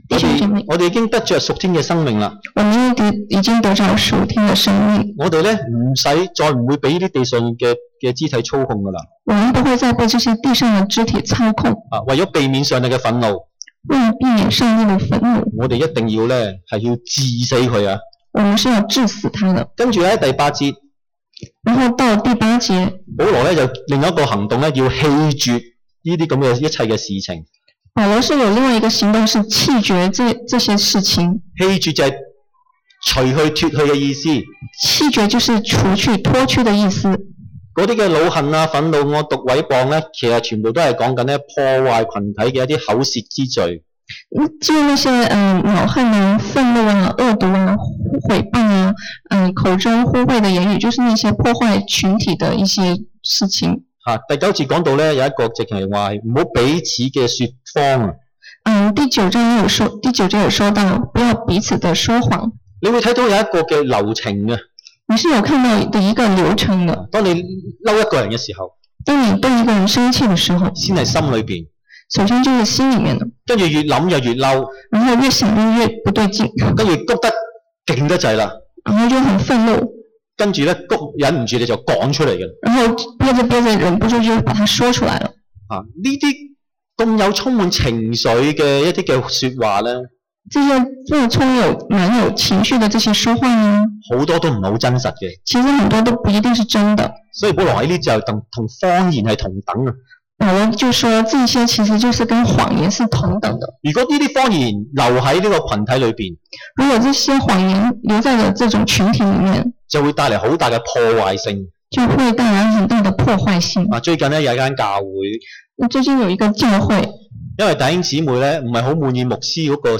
Speaker 3: 弟兄姊
Speaker 1: 哋
Speaker 3: 妹
Speaker 1: 我哋已經得着屬天嘅生命啦，
Speaker 3: 我们已经已经得着属天的生命，
Speaker 1: 我哋咧唔使再唔會俾呢啲地上嘅嘅肢體操控噶啦，
Speaker 3: 我们不会再被这些地上的肢体操控。
Speaker 1: 啊，為咗避免上帝嘅憤怒，
Speaker 3: 为了避免上帝的愤怒，
Speaker 1: 我哋一定要咧係要治死佢啊。
Speaker 3: 我们是要致死他的。
Speaker 1: 跟住咧第八節，
Speaker 3: 然后到第八节，
Speaker 1: 保羅咧就另一個行動咧要棄絕呢啲咁嘅一切嘅事情，
Speaker 3: 保罗是有另外一个行动是弃绝这这些事情，
Speaker 1: 棄絕就係除去脱去嘅意思。
Speaker 3: 弃绝就是除去、脱去的意思。
Speaker 1: 嗰啲嘅惱恨啊、憤怒、惡毒、毀謗咧，其實全部都係講緊咧破壞群體嘅一啲口舌之罪。
Speaker 3: 嗯就是那些嗯恼恨啊、愤怒啊、恶毒啊、毁谤啊、嗯口中污秽的言语，就是那些破坏群体的一些事情。
Speaker 1: 嚇、啊第九節講到咧，有一個直情係話係唔好彼此嘅説謊啊！
Speaker 3: 嗯，第九章也有说，第九章有说到不要彼此的说谎，
Speaker 1: 你會睇到有一個嘅流程嘅。
Speaker 3: 你是有看到的一个流程的。
Speaker 1: 當你嬲一個人嘅時候，
Speaker 3: 当你对一个人生气的时候，
Speaker 1: 先係心裏邊，
Speaker 3: 首先就是心里面的，
Speaker 1: 跟住越諗就越嬲，
Speaker 3: 然后越想就越不对劲，
Speaker 1: 跟住谷得勁得滯啦，
Speaker 3: 然后就很愤怒，
Speaker 1: 跟住咧谷忍唔住你就講出嚟嘅啦。
Speaker 3: 然后憋着憋着忍不住就把它说出来了。
Speaker 1: 嚇、啊呢啲咁有充滿情緒嘅一啲嘅説話咧，
Speaker 3: 这些这充有蛮有情绪的这些说话呢，
Speaker 1: 好多都唔係好真實嘅。
Speaker 3: 其实很多都不一定是真的。
Speaker 1: 所以保羅喺呢就同同方言係同等啊！
Speaker 3: 保罗就说这些其实就是跟谎言是同等的。
Speaker 1: 如果呢啲方言留喺呢個群體裏邊，
Speaker 3: 如果这些谎言留在了这种群体里面，
Speaker 1: 就會帶嚟好大嘅破壞性
Speaker 3: 就会带来很大的破坏性。
Speaker 1: 啊！最近咧有一間教會，
Speaker 3: 那最近有一个教会，
Speaker 1: 因為弟兄姊妹咧唔係好滿意牧師嗰個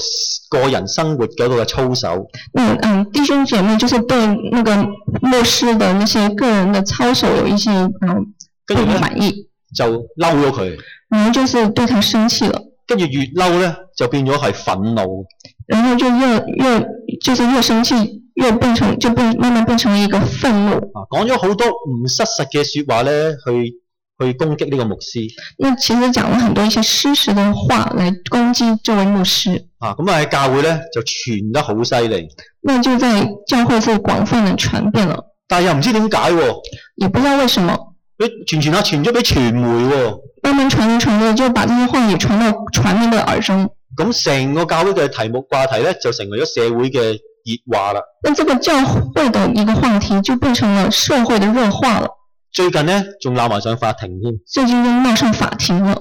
Speaker 1: 個人生活嗰個嘅操守，
Speaker 3: 嗯嗯，弟兄姐妹就是对那个牧师的那些个人的操守有一些嗯
Speaker 1: 跟
Speaker 3: 不
Speaker 1: 住咧
Speaker 3: 满意，
Speaker 1: 就嬲咗佢，
Speaker 3: 然后就是对他生气了，
Speaker 1: 跟住越嬲咧就變咗係憤怒，
Speaker 3: 然后就越越就是越生气，越变成就变慢慢变成了一个愤怒。
Speaker 1: 啊講咗好多唔失實嘅説話咧去去攻擊呢個牧師
Speaker 3: 那其实讲了很多一些失实的话来攻击这位牧师，
Speaker 1: 啊！咁啊喺教會咧就傳得好犀利，
Speaker 3: 那就在教会是广泛的传遍了，
Speaker 1: 但係又唔知點解喎。
Speaker 3: 也不知道为什么，
Speaker 1: 佢傳傳下傳咗俾傳媒喎、
Speaker 3: 慢慢传着传着就把这些话语传到传媒的耳中。
Speaker 1: 咁成個教會嘅題目話題咧就成為咗社會嘅熱話啦。
Speaker 3: 那这个教会的一个话题就变成了社会的热化了，
Speaker 1: 最近咧仲鬧埋上法庭添。
Speaker 3: 最近又闹上法庭了。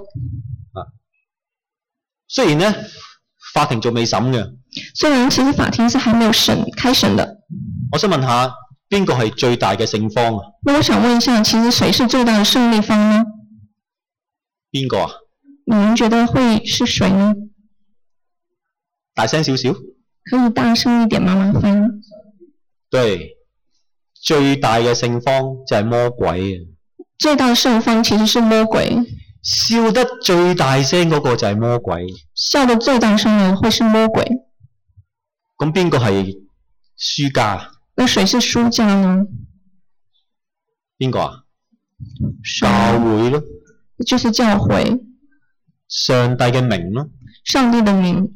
Speaker 1: 雖然咧法庭仲未審嘅，
Speaker 3: 虽然其实法庭是还没有审开审的，
Speaker 1: 我想問下邊個係最大嘅勝方啊？
Speaker 3: 那我想问一下，其实谁是最大的胜利方呢？
Speaker 1: 邊個啊？
Speaker 3: 你们觉得会是谁呢？
Speaker 1: 大聲少少。
Speaker 3: 可以大声一点吗？麻烦。
Speaker 1: 對，最大嘅勝方就係魔鬼啊！
Speaker 3: 最大的胜方其实是魔鬼，
Speaker 1: 笑得最大聲嗰個就係魔鬼。
Speaker 3: 笑得最大声的会是魔鬼。
Speaker 1: 咁邊個係輸家？
Speaker 3: 那谁是输家呢？
Speaker 1: 邊個啊？
Speaker 3: 是
Speaker 1: 教會咯，
Speaker 3: 就是教诲，
Speaker 1: 上帝嘅名咯。
Speaker 3: 上帝的名。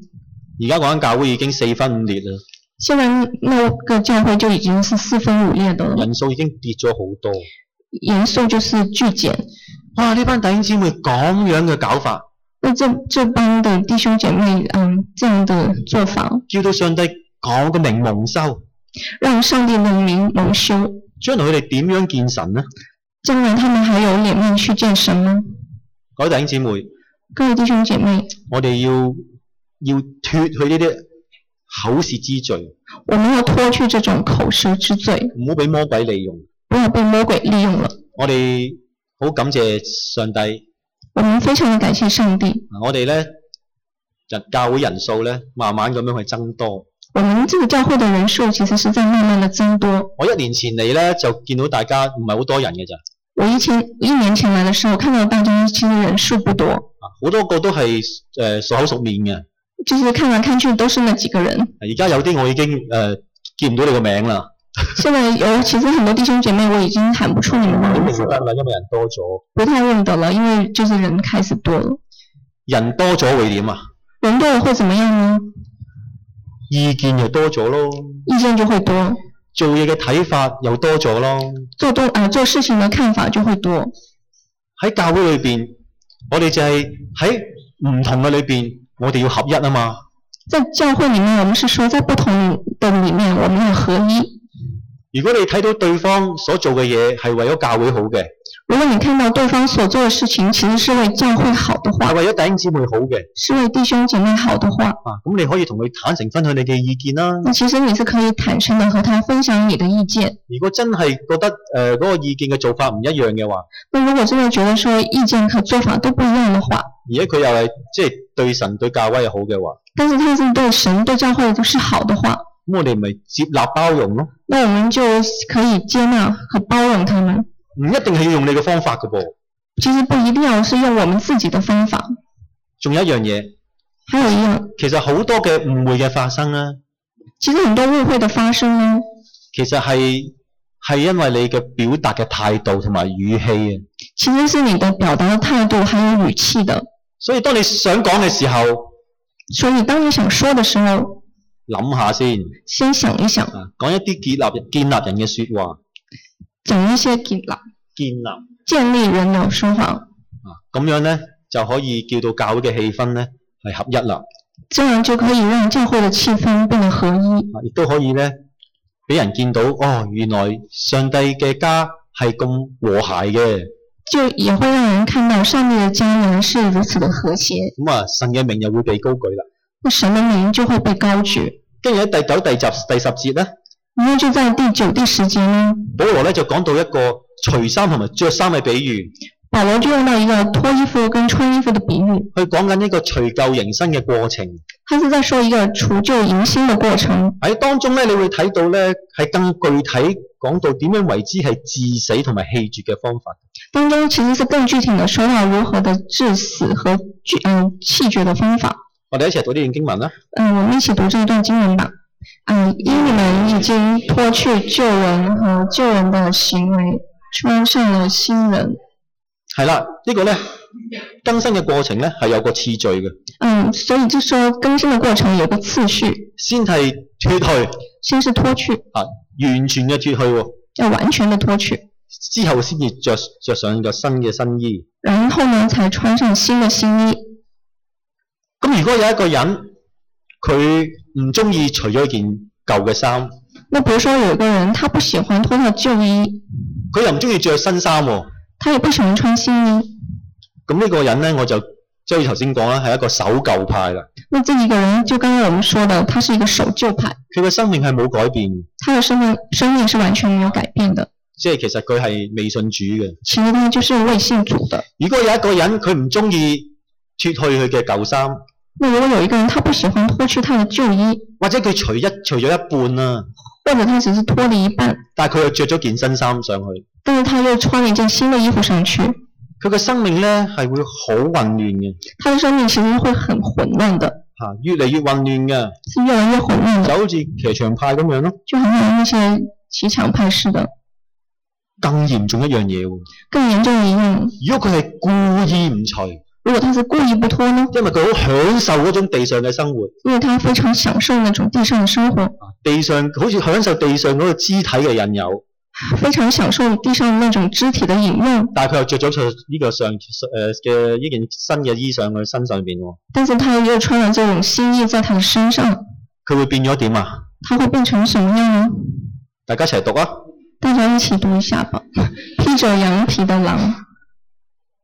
Speaker 1: 而家嗰間教會已經四分五裂啦，
Speaker 3: 现在那个教会就已经是四分五裂的了，
Speaker 1: 人數已經跌咗好多。
Speaker 3: 人数就是巨减。
Speaker 1: 哇！呢班弟兄姊妹咁樣嘅搞法，
Speaker 3: 那这这帮的弟兄姐妹，嗯，这样的做法，
Speaker 1: 叫到上帝講嘅名蒙羞，
Speaker 3: 让上帝的名蒙羞，
Speaker 1: 將來佢哋點樣見神呢？
Speaker 3: 将来他们还有脸面去见神吗？
Speaker 1: 各位弟兄姊妹，
Speaker 3: 各位弟兄姐妹，
Speaker 1: 我哋要要脱去呢啲口舌之罪，
Speaker 3: 我们要脱去这种口舌之罪，
Speaker 1: 唔好俾魔鬼利用。
Speaker 3: 不要被魔鬼利用了。
Speaker 1: 我哋好感謝上帝，
Speaker 3: 我们非常的感谢上帝，
Speaker 1: 我哋咧日教會人數咧慢慢咁樣去增多。
Speaker 3: 我们这个教会的人数其实是在慢慢的增多。
Speaker 1: 我一年前嚟咧就見到大家唔係好多人嘅咋，
Speaker 3: 我以前一年前来的时候，看到大家其实人数不多，
Speaker 1: 啊好多個都係誒、呃熟口熟面嘅。
Speaker 3: 就是看来看去都是那几个人。
Speaker 1: 而家有啲我已經誒、呃、見唔到你個名啦，
Speaker 3: 现在有其实很多弟兄姐妹，我已经喊不出你们的名
Speaker 1: 你
Speaker 3: 字
Speaker 1: 唔
Speaker 3: 了，
Speaker 1: 得啦，因為人多咗，
Speaker 3: 不太认得了，因为就是人开始多了。
Speaker 1: 人多咗會點啊？
Speaker 3: 人多了会怎么样呢？
Speaker 1: 意見又多咗咯，
Speaker 3: 意见就会多，
Speaker 1: 做嘢嘅睇法又多咗咯。
Speaker 3: 做东啊、做事情的看法就会多。
Speaker 1: 喺教會裏邊，我哋就係喺唔同嘅裏邊，我哋要合一啊嘛。
Speaker 3: 在教会里面，我们是说在不同的里面我们要合一。
Speaker 1: 如果你睇到對方所做嘅嘢係為咗教會好嘅，
Speaker 3: 如果你看到对方所做的事情其实是为教会好的话
Speaker 1: 係，為咗弟兄姊妹好嘅，
Speaker 3: 是为弟兄姐妹好的话，
Speaker 1: 啊，咁你可以同佢坦誠分享你嘅意見啦。
Speaker 3: 那其实你是可以坦诚的和他分享你的意见。
Speaker 1: 如果真係覺得誒嗰、個意見嘅做法唔一樣嘅話，
Speaker 3: 那如果真的觉得说意见和做法都不一样的话，
Speaker 1: 而且佢又係即係對神對教會又好嘅話，
Speaker 3: 但是他是对神、对教会都是好的话，
Speaker 1: 咁我哋咪接納包容咯。
Speaker 3: 那我们就可以接纳和包容他们。
Speaker 1: 唔一定係要用你嘅方法嘅噃。
Speaker 3: 其实不一定要是用我们自己的方法。
Speaker 1: 仲有一樣嘢，
Speaker 3: 还有一样，
Speaker 1: 其實好多嘅誤會嘅發生啦，
Speaker 3: 其实很多误会的发生呢，
Speaker 1: 其實係係因為你嘅表達嘅態度同埋語氣啊。
Speaker 3: 其实是你的表达的态度还有语气的。
Speaker 1: 所以當你想講嘅時候，
Speaker 3: 所以当你想说的时候，
Speaker 1: 諗下先
Speaker 3: 先想一想，
Speaker 1: 啊，講一啲建立建立人嘅説話，
Speaker 3: 讲一些建立
Speaker 1: 建立啊
Speaker 3: 建立人的说法，
Speaker 1: 咁樣咧就可以叫到教會嘅氣氛咧係合一啦，
Speaker 3: 这样就可以让教会的气氛变得合一，
Speaker 1: 啊亦都可以咧俾人見到哦，原來上帝嘅家係咁和諧嘅，
Speaker 3: 就也会让人看到上帝的家人是如此的和谐，
Speaker 1: 咁啊神嘅名又會被高舉啦。
Speaker 3: 那神的名就会被高举。
Speaker 1: 跟住喺第九、第十、第十節咧，
Speaker 3: 然后就在第九、第十节呢，
Speaker 1: 保羅咧就講到一個除衫同埋着衫嘅比喻，
Speaker 3: 保罗就用到一个脱衣服跟穿衣服的比喻，
Speaker 1: 佢講緊呢個除舊迎新嘅過程。
Speaker 3: 他是在说一个除旧迎新的过程。
Speaker 1: 喺當中咧，你會睇到咧係更具體講到點樣為之係致死同埋棄絕嘅方法。
Speaker 3: 当中其实是更具体的说到如何的致死和拒嗯弃绝的方法。
Speaker 1: 我哋一齊讀呢段經文啦。
Speaker 3: 嗯，我们一起读这一段经文吧。嗯，因你们已经脱去旧人和旧人的行为，穿上了新人。
Speaker 1: 係啦，呢個咧更新嘅過程咧係有個次序嘅，
Speaker 3: 嗯，所以就说更新的过程有个次序，
Speaker 1: 先係脱去
Speaker 3: 先是脱去，
Speaker 1: 啊，完全嘅脱去喎，
Speaker 3: 要完全的脱去，
Speaker 1: 之後先至着着上個新嘅新衣。
Speaker 3: 然后呢才穿上新的新衣。
Speaker 1: 咁如果有一個人佢唔中意除咗件舊嘅衫，
Speaker 3: 那比如说有个人他不喜欢脱掉旧衣，
Speaker 1: 佢又唔中意着新衫喎，
Speaker 3: 他也不喜欢穿新衣，
Speaker 1: 咁呢個人咧我就即係頭先講啦，係一個守舊派啦。
Speaker 3: 那这一个人就刚刚我们说的，他是一个守旧派，
Speaker 1: 佢嘅生命係冇改變，
Speaker 3: 他的生命生命是完全没有改变的。
Speaker 1: 即係其實佢係未信主嘅。
Speaker 3: 其实他就是未信主的。
Speaker 1: 如果有一個人佢唔中意脱去佢嘅舊衫，
Speaker 3: 那如果有一个人他不喜欢脱去他的旧衣，
Speaker 1: 或者佢除一除咗一半啦，
Speaker 3: 或者他只是脱了一半，
Speaker 1: 但係佢又着咗件新衫上去，
Speaker 3: 但是他又穿了一件新的衣服上去，
Speaker 1: 佢嘅生命咧係會好混亂嘅，
Speaker 3: 他的生命其实会很混乱的，
Speaker 1: 嚇、越嚟越混亂嘅，
Speaker 3: 是越来越混乱
Speaker 1: 就
Speaker 3: 的，
Speaker 1: 好似騎牆派咁樣咯。
Speaker 3: 就很像那些骑墙派似的。
Speaker 1: 更嚴重一樣嘢喎，
Speaker 3: 更严重一样，
Speaker 1: 如果佢係故意唔除，
Speaker 3: 如果他是故意不脱呢，
Speaker 1: 因為佢好享受嗰種地上嘅生活，
Speaker 3: 因为他非常享受那种地上的生活，
Speaker 1: 地上好似享受地上嗰個肢體嘅引誘，
Speaker 3: 非常享受地上的那种肢体的引诱，
Speaker 1: 但係佢又着咗佢呢個上誒呃嘅呢件新嘅衣裳佢身上邊喎，
Speaker 3: 但是他又穿了这种新意在他的身上，
Speaker 1: 佢會變咗點啊？
Speaker 3: 他会变成什么样呢？
Speaker 1: 大家一齊讀啊！
Speaker 3: 大家一起读一下吧。 披着羊皮的狼，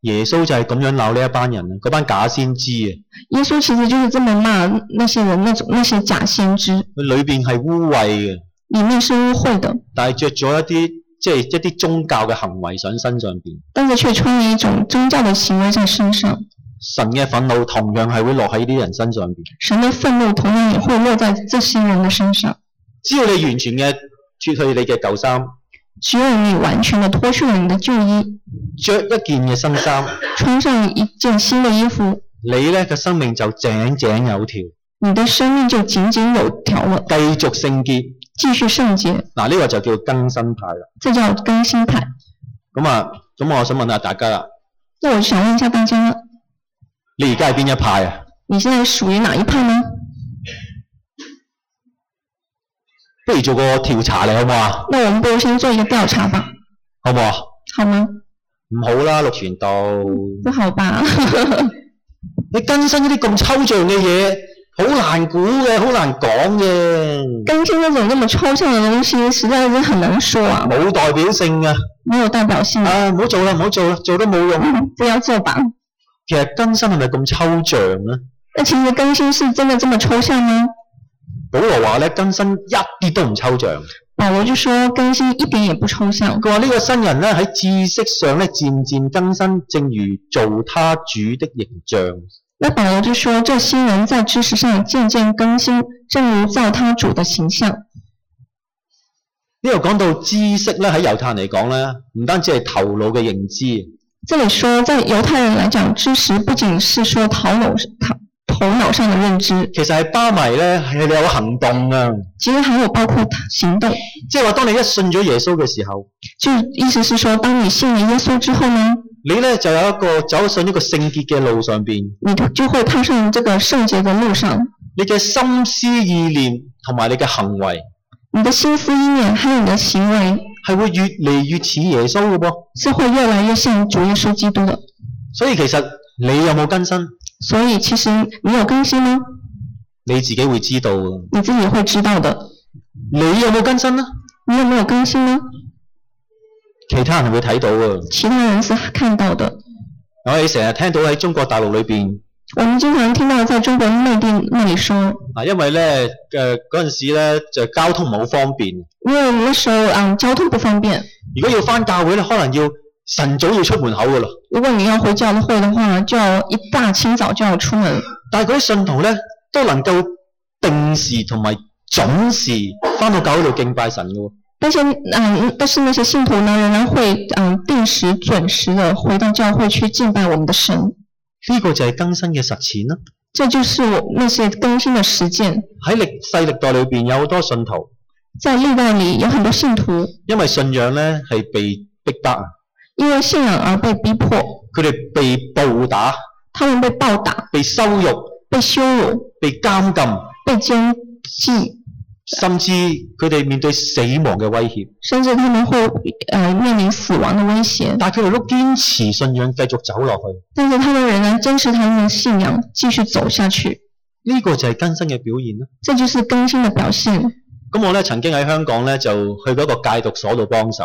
Speaker 1: 耶穌就係咁樣鬧呢一班人啊，嗰班假先知啊，
Speaker 3: 耶稣其实就是这么骂那些人，那种那些假先知，
Speaker 1: 佢裏邊係污穢嘅，
Speaker 3: 里面是污秽的，
Speaker 1: 但係着咗一啲即係一啲宗教嘅行為上身上邊，
Speaker 3: 但是却穿了一种宗教的行为在身上。
Speaker 1: 神嘅憤怒同樣係會落喺呢啲人身上邊。
Speaker 3: 神的愤怒同样也会落在这些人的身上。
Speaker 1: 只要你完全嘅脱去你嘅舊衫，
Speaker 3: 只有你完全的脱去了你的旧衣，
Speaker 1: 着一件嘅新衫，
Speaker 3: 穿上一件新的衣服，
Speaker 1: 你咧嘅生命就井井有條，繼
Speaker 3: 你的生命就井井有条了，
Speaker 1: 續聖潔。
Speaker 3: 继续圣洁。
Speaker 1: 嗱、呢、個就叫更新派啦。
Speaker 3: 这叫更新派。
Speaker 1: 咁啊，咁我想問下大家啦，
Speaker 3: 那我想问一下大家，
Speaker 1: 你而家係邊一派啊？
Speaker 3: 你现在属于哪一派呢？
Speaker 1: 不如做個調查你好唔好啊？
Speaker 3: 那我们不如先做一个调查吧，
Speaker 1: 好唔好啊？
Speaker 3: 好吗？
Speaker 1: 唔好啦，陸傳道。
Speaker 3: 不好吧？
Speaker 1: 你更新一啲咁抽象嘅嘢，好難估嘅，好難講嘅，
Speaker 3: 更新这种那么抽象的东西，实在是很难说啊，
Speaker 1: 冇代表性啊！
Speaker 3: 没有代表性。嗯
Speaker 1: 啊，唔好做啦，唔好做啦，做都冇用。
Speaker 3: 不要做吧。
Speaker 1: 其實更新係咪咁抽象咧？
Speaker 3: 那其实更新是真的这么抽象吗？
Speaker 1: 保羅話咧，更新一啲都唔抽象。
Speaker 3: 保罗就说更新一点也不抽象。
Speaker 1: 佢話呢個新人咧喺知識上咧漸漸更新，正如做他主的形象。
Speaker 3: 那保罗就说，这新人在知识上渐渐更新，正如造他主的形象。
Speaker 1: 呢度講到知識咧喺猶太人嚟講咧，唔單止係頭腦嘅認知，
Speaker 3: 这里说，在犹太人来讲，知识不仅是说头脑头头脑上的认知，
Speaker 1: 其實係包埋咧係你有行動啊。
Speaker 3: 其實还有包括行动。
Speaker 1: 即係話當你一信咗耶穌嘅時候。
Speaker 3: 就意思是说，当你信了耶稣之后呢，
Speaker 1: 你咧就有一個走上呢個聖潔嘅路上邊，
Speaker 3: 你就会踏上这个圣洁的路上。
Speaker 1: 你嘅心思意念同埋你嘅行為
Speaker 3: 你的心思意念还有你的行为
Speaker 1: 係會越嚟越似耶穌嘅噃。
Speaker 3: 是会越来越像主耶稣基督的。
Speaker 1: 所以其實你有冇更新，
Speaker 3: 所以其实你有更新呢，
Speaker 1: 你自己會知道嘅。
Speaker 3: 你自己会知道的。
Speaker 1: 你有冇更新呢？
Speaker 3: 你有没有更新呢？
Speaker 1: 其他人會睇到嘅。
Speaker 3: 其他人是看到的。
Speaker 1: 我哋成日聽到喺中國大陸裏邊
Speaker 3: 我们经常听到在中国内地那里说，
Speaker 1: 啊，因為咧誒嗰陣時咧就交通唔好方便，
Speaker 3: 因为那时候嗯交通不方便，
Speaker 1: 如果要翻教會咧，可能要晨早要出門口嘅啦。
Speaker 3: 如果你要回教会的话，就要一大清早就要出门。
Speaker 1: 但係嗰啲信徒咧都能夠定時同埋準時翻到教會度敬拜神嘅喎。
Speaker 3: 但是嗯，但是那些信徒呢，仍然会嗯定时准时的回到教会去敬拜我们的神。
Speaker 1: 呢、個就係更新嘅實踐啦。
Speaker 3: 这就是我那些更新的实践，
Speaker 1: 喺歷世歷代裏邊有好多信徒，
Speaker 3: 在历代里有很多信徒
Speaker 1: 因為信仰咧係被逼迫啊，
Speaker 3: 因为信仰而被逼迫，
Speaker 1: 佢哋被暴打、
Speaker 3: 他们被暴打、
Speaker 1: 被羞辱、
Speaker 3: 被羞辱、
Speaker 1: 被監禁，
Speaker 3: 被监禁，
Speaker 1: 甚至佢哋面對死亡嘅威脅。
Speaker 3: 甚至他们会呃面临死亡的威胁。
Speaker 1: 但係佢哋都堅持信仰，繼續走落去。
Speaker 3: 但是他们仍然坚持他们的信仰，继续走下去，
Speaker 1: 呢、個就係更新嘅表現啦。
Speaker 3: 这就是更新的表现。
Speaker 1: 咁我咧曾經喺香港咧就去嗰個戒毒所度幫手。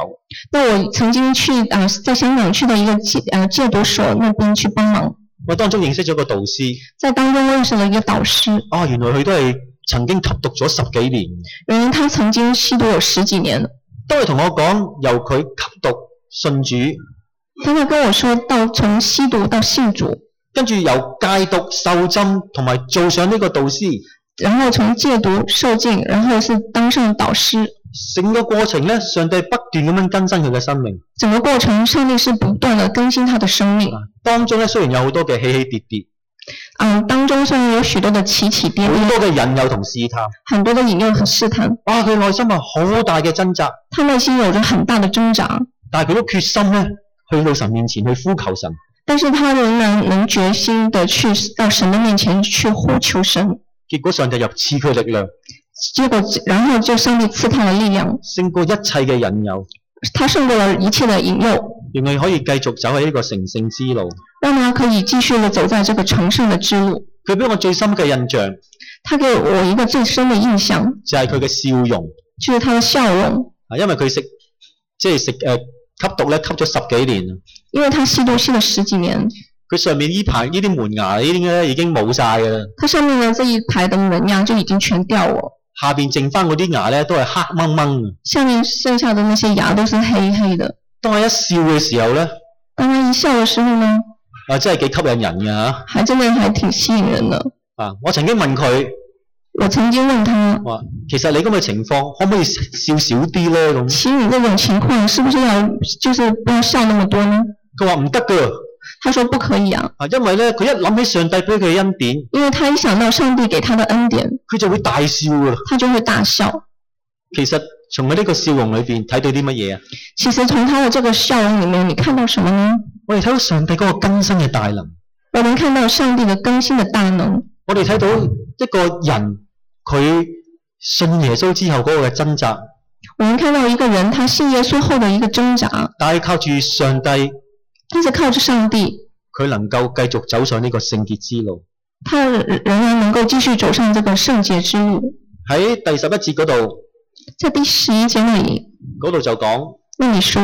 Speaker 3: 那我曾经去啊、呃在香港去的一个戒呃戒毒所那边去帮忙，
Speaker 1: 我當中認識咗個導師，
Speaker 3: 在当中认识了一个导师，
Speaker 1: 啊，原來佢都係曾經吸毒咗十幾年。
Speaker 3: 原来他曾经吸毒有十几年了。
Speaker 1: 當佢同我講由佢吸毒信主，
Speaker 3: 他就跟我说到从吸毒到信主，
Speaker 1: 跟住由戒毒受浸同埋做上呢個導師，
Speaker 3: 然后从戒毒受禁，然后是当上导师，
Speaker 1: 成個過程咧，上帝不斷咁樣更新佢嘅生命。
Speaker 3: 整个过程，上帝是不断的更新他的生命。
Speaker 1: 當中咧雖然有好多嘅起起跌跌，
Speaker 3: 嗯，当中虽然有许多的起起跌
Speaker 1: 好
Speaker 3: 跌，
Speaker 1: 多嘅引誘同試探，
Speaker 3: 很多的引诱和试探，
Speaker 1: 哇！佢內心啊好大嘅掙扎，
Speaker 3: 他内心有着很大的挣扎，
Speaker 1: 但係佢都決心咧去到神面前去呼求神。
Speaker 3: 但是他仍然能决心的去到神的面前去呼求神。
Speaker 1: 結果上帝又賜佢力量，
Speaker 3: 结果，然后就上帝赐他的力量，
Speaker 1: 勝過一切嘅引誘，
Speaker 3: 他胜过了一切的引诱，
Speaker 1: 令佢可以繼續走喺呢個成聖之路。
Speaker 3: 让他可以继续的走在这个成圣的之路。
Speaker 1: 佢俾我最深嘅印象
Speaker 3: 他给我一个最深的印象
Speaker 1: 就係佢嘅笑容
Speaker 3: 就是他的笑容，
Speaker 1: 啊，因為佢食即係食誒吸毒咧，吸咗十幾年，
Speaker 3: 因为他吸毒吸了十几年，
Speaker 1: 佢上面呢排呢啲門牙呢啲咧已經冇晒㗎啦，
Speaker 3: 他上面的这一排的门牙就已经全掉了，
Speaker 1: 下邊剩翻嗰啲牙咧都係黑掹掹嘅。
Speaker 3: 下面剩下的那些牙都是黑黑的。
Speaker 1: 當我一笑嘅時候咧，
Speaker 3: 当他一笑的时候呢，
Speaker 1: 啊真係幾吸引人嘅嚇
Speaker 3: 还真的还挺吸引人的。
Speaker 1: 啊！我曾經問佢，
Speaker 3: 我曾经问他，
Speaker 1: 我話其實你咁嘅情況可唔可以笑少啲咧？咁
Speaker 3: 其实你这种情况是不是要就是不要笑那么多呢？
Speaker 1: 佢話唔得㗎
Speaker 3: 他说不可以啊，
Speaker 1: 啊，因為咧佢一諗起上帝俾佢嘅恩典，
Speaker 3: 因为他一想到上帝给他的恩典，
Speaker 1: 佢就會大笑㗎啦。
Speaker 3: 他就会大笑。
Speaker 1: 其實從佢呢個笑容裏邊睇到啲乜嘢啊？
Speaker 3: 其实从他的这个笑容里面，你看到什么呢？
Speaker 1: 我哋睇到上帝嗰個更新嘅大能，
Speaker 3: 我能看到上帝的更新的大能，
Speaker 1: 我哋睇到一個人佢信耶穌之後嗰個嘅掙扎，
Speaker 3: 我能看到一个人他信耶稣后的一个挣扎，
Speaker 1: 但係靠住上帝，
Speaker 3: 但是靠着上帝，
Speaker 1: 佢能夠繼續走上呢個聖潔之路。
Speaker 3: 他仍然能够继续走上这个圣洁之路。
Speaker 1: 喺第十一節嗰度，
Speaker 3: 在第十一节那里，
Speaker 1: 嗰度就講，
Speaker 3: 那里说，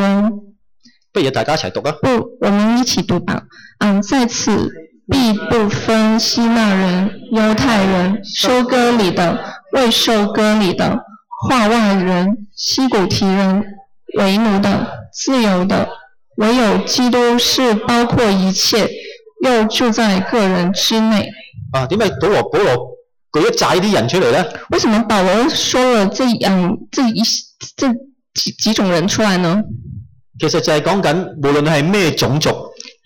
Speaker 1: 不如大家一齊讀啊！
Speaker 3: 不，我们一起读吧。嗯，在此必不分希腊人、犹太人、收割礼的、未收割礼的、化外人、西古提人、为奴的、自由的，唯有基督是包括一切，又住在个人之内。
Speaker 1: 啊，點解保羅保羅舉一寨啲人出嚟咧？
Speaker 3: 为什么保罗说了这嗯这一这几几种人出来呢？
Speaker 1: 其實就係講緊，無論係咩種族、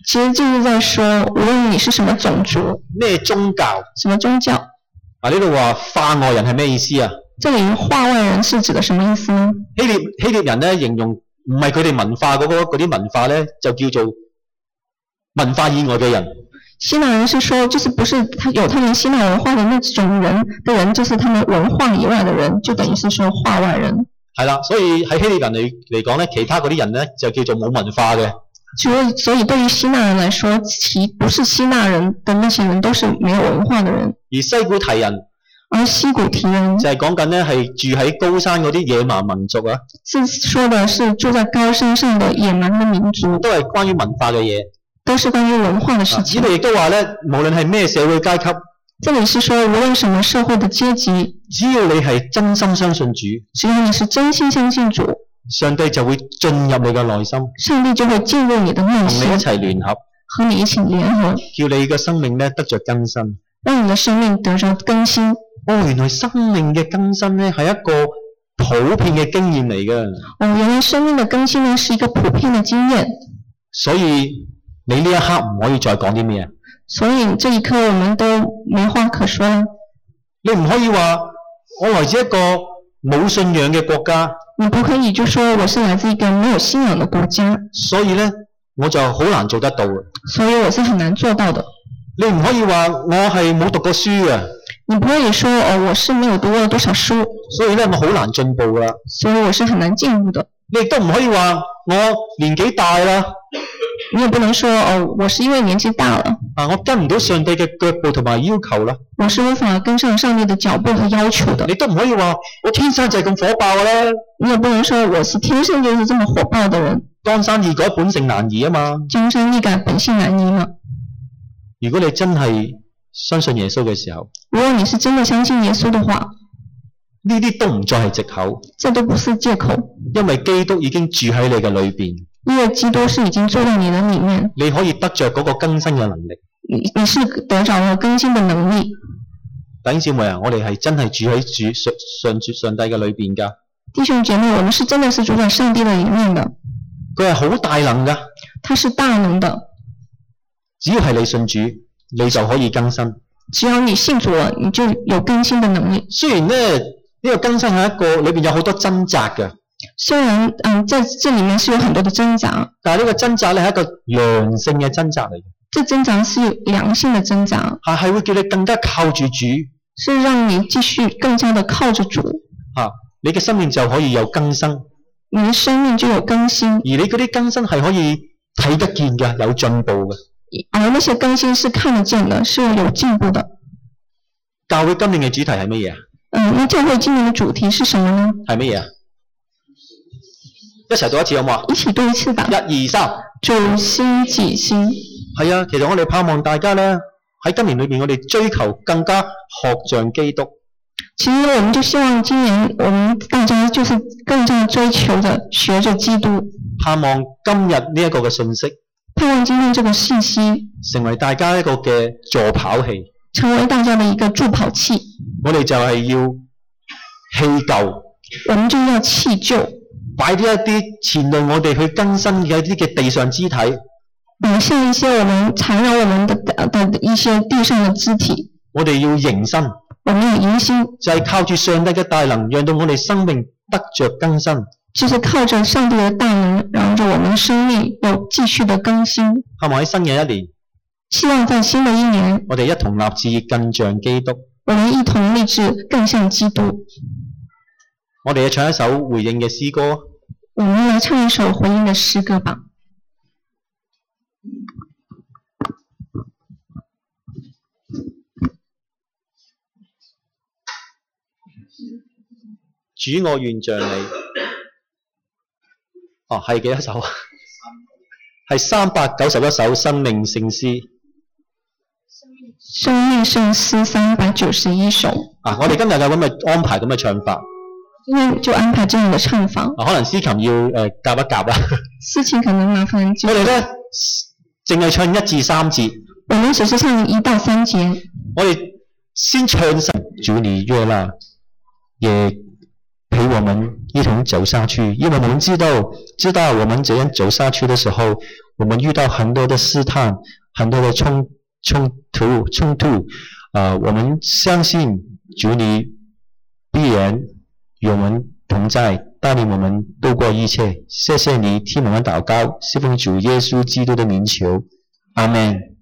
Speaker 3: 其实就是在说，无论你是什么种族、
Speaker 1: 咩宗教，
Speaker 3: 什么宗教，
Speaker 1: 啊呢度話化外人係咩意思啊？
Speaker 3: 这里话外人是指的什么意思呢？
Speaker 1: 希臘希臘人咧形容唔係佢哋文化嗰、個嗰啲文化咧，就叫做文化以外嘅人。
Speaker 3: 希腊人是说，就是不是他有他们希腊文化的那种人的人，就是他们文化以外的人，就等于是说话外人。
Speaker 1: 係啦，所以喺希臘人嚟嚟講咧，其他嗰啲人咧就叫做冇文化嘅。
Speaker 3: 所以，所以对于希腊人来说，其不是希腊人的那些人都是没有文化的人，
Speaker 1: 而西古提人
Speaker 3: 而西古提人
Speaker 1: 就係講緊咧係住喺高山嗰啲野蠻民族啊，
Speaker 3: 是说的是住在高山上的野蛮的民族，
Speaker 1: 都係關於文化嘅嘢。
Speaker 3: 都是关于文化的
Speaker 1: 啊
Speaker 3: 事
Speaker 1: 呢
Speaker 3: 情。
Speaker 1: 度亦都話咧，無論係咩社會階級，
Speaker 3: 这里是说，无论什么社会的阶级，
Speaker 1: 只要你係真心相信主，
Speaker 3: 只要你是真心相信主，
Speaker 1: 上帝就會進入你嘅內心，
Speaker 3: 上帝就会进入你的内
Speaker 1: 同你
Speaker 3: 心
Speaker 1: 一，齊聯合，
Speaker 3: 和你一起联合，
Speaker 1: 叫你嘅生命咧得着更新。
Speaker 3: 让你的生命得着更新。
Speaker 1: 哦，原來生命嘅更新咧係一個普遍嘅經驗嚟嘅，
Speaker 3: 哦，原来生命的更新呢是一个普遍的经验，
Speaker 1: 所以你呢一刻唔可以再講啲咩啊！
Speaker 3: 所以这一刻我们都没话可说了。
Speaker 1: 你唔可以話我來自一個冇信仰嘅國家，
Speaker 3: 你不可以就说我是来自一个没有信仰的国家，
Speaker 1: 所以咧我就好難做得到嘅。
Speaker 3: 所以我是很难做到的。
Speaker 1: 你唔可以話我係冇讀過書啊嘅，
Speaker 3: 你不可以说哦，我是没有读过多少书，
Speaker 1: 所以咧我好難進步噶啦。
Speaker 3: 所以我是很难进入的。
Speaker 1: 你亦都唔可以話我年紀大啦，
Speaker 3: 你也不能说哦，我是因为年纪大了，
Speaker 1: 啊我跟唔到上帝嘅腳步同埋要求啦。
Speaker 3: 我是无法跟上上帝的脚步和要求的。
Speaker 1: 你都唔可以話我天生就係咁火爆嘅咧。
Speaker 3: 你也不能说我是天生就是这么火爆的人，
Speaker 1: 江山易改，本性難移啊嘛。
Speaker 3: 江山易改，本性难移嘛。
Speaker 1: 如果你真係相信耶穌嘅時候，
Speaker 3: 如果你是真的相信耶稣的话，
Speaker 1: 呢啲都唔再係藉口，
Speaker 3: 这都不是借口。
Speaker 1: 因為基督已經住喺你嘅裏邊，
Speaker 3: 因为基督是已经住在你的里面，
Speaker 1: 你可以得着嗰個更新嘅能力。
Speaker 3: 你你是得着了更新的能力。
Speaker 1: 弟兄姊妹啊，我哋係真係住喺主上上主上帝嘅裏邊㗎。
Speaker 3: 弟兄姐妹，我们是真的是主宰上帝的里面的，
Speaker 1: 佢係好大能噶，
Speaker 3: 他是大能的。
Speaker 1: 只要係你信主，你就可以更新。
Speaker 3: 只要你信主了，你就有更新的能力。
Speaker 1: 雖然咧呢、呢個更新係一個裏面有好多掙扎嘅，
Speaker 3: 虽然嗯，在这里面是有很多的挣扎，
Speaker 1: 但係呢個掙扎咧係一個良性嘅掙扎嚟嘅，
Speaker 3: 这挣扎是有良性的挣扎，
Speaker 1: 啊係係會叫你更加靠住主，
Speaker 3: 是让你继续更加的靠着主，
Speaker 1: 啊你嘅生命就可以有更新，而
Speaker 3: 你的生命就有更新。
Speaker 1: 你嗰啲更新係可以睇得見嘅，有進步嘅。
Speaker 3: 而那些更新是看得见的，是有进步的。
Speaker 1: 教會今年嘅主題係乜嘢啊？
Speaker 3: 嗯，那教会今年的主题是什么呢？
Speaker 1: 係乜嘢啊？一齊讀一次好唔好啊？
Speaker 3: 一起读一次吧。
Speaker 1: 一二三。
Speaker 3: 主心己心，
Speaker 1: 係啊，其實我哋盼望大家咧喺今年裏面，我哋追求更加學像基督。
Speaker 3: 其实我们就希望今年我们大家就是更加追求着学着基督，
Speaker 1: 盼望今日呢一個嘅信息，
Speaker 3: 盼望今天这个信息
Speaker 1: 成為大家一個嘅助跑器。
Speaker 3: 成为大家的一个助跑器。
Speaker 1: 我哋就係要棄舊，
Speaker 3: 我们就要弃旧，
Speaker 1: 擺啲一啲前路我哋去更新嘅一啲嘅地上肢體，
Speaker 3: 摆下呃一些我们缠绕我们的的的一些地上的肢体，
Speaker 1: 我哋要迎新，
Speaker 3: 我们要迎新，
Speaker 1: 就係、靠住上帝嘅大能，讓到我哋生命得着更新。
Speaker 3: 就是靠着上帝的大能，然后着我们的生命有继续的更新。
Speaker 1: 盼望喺新嘅一年，
Speaker 3: 希望在新的一年，
Speaker 1: 我哋一同立志更像基督。
Speaker 3: 我们一同立志更像基督。
Speaker 1: 我哋唱一首回應嘅詩歌。
Speaker 3: 我们来唱一首回应的诗歌吧。
Speaker 1: 主我愿像你。哦，系几多首啊？系三百九十一首生命圣诗。
Speaker 3: 生命圣诗三百九十一首，
Speaker 1: 啊，我哋今日有咁嘅安排，咁嘅唱法。
Speaker 3: 今天就安排这样的唱法。
Speaker 1: 啊，可能司琴要诶夹、一夹啦。
Speaker 3: 事情可能麻烦就
Speaker 1: 我哋咧净系唱一至三节，
Speaker 3: 我们只是唱一到三节，
Speaker 1: 我哋先唱神主你约啦，也陪我们一同走下去，因为我们知道，知道我们这样走下去的时候，我们遇到很多的试探，很多的冲冲突冲突，呃，我们相信主你必然与我们同在，带领我们度过一切。谢谢你替我们祷告，是奉主耶稣基督的名求，阿门。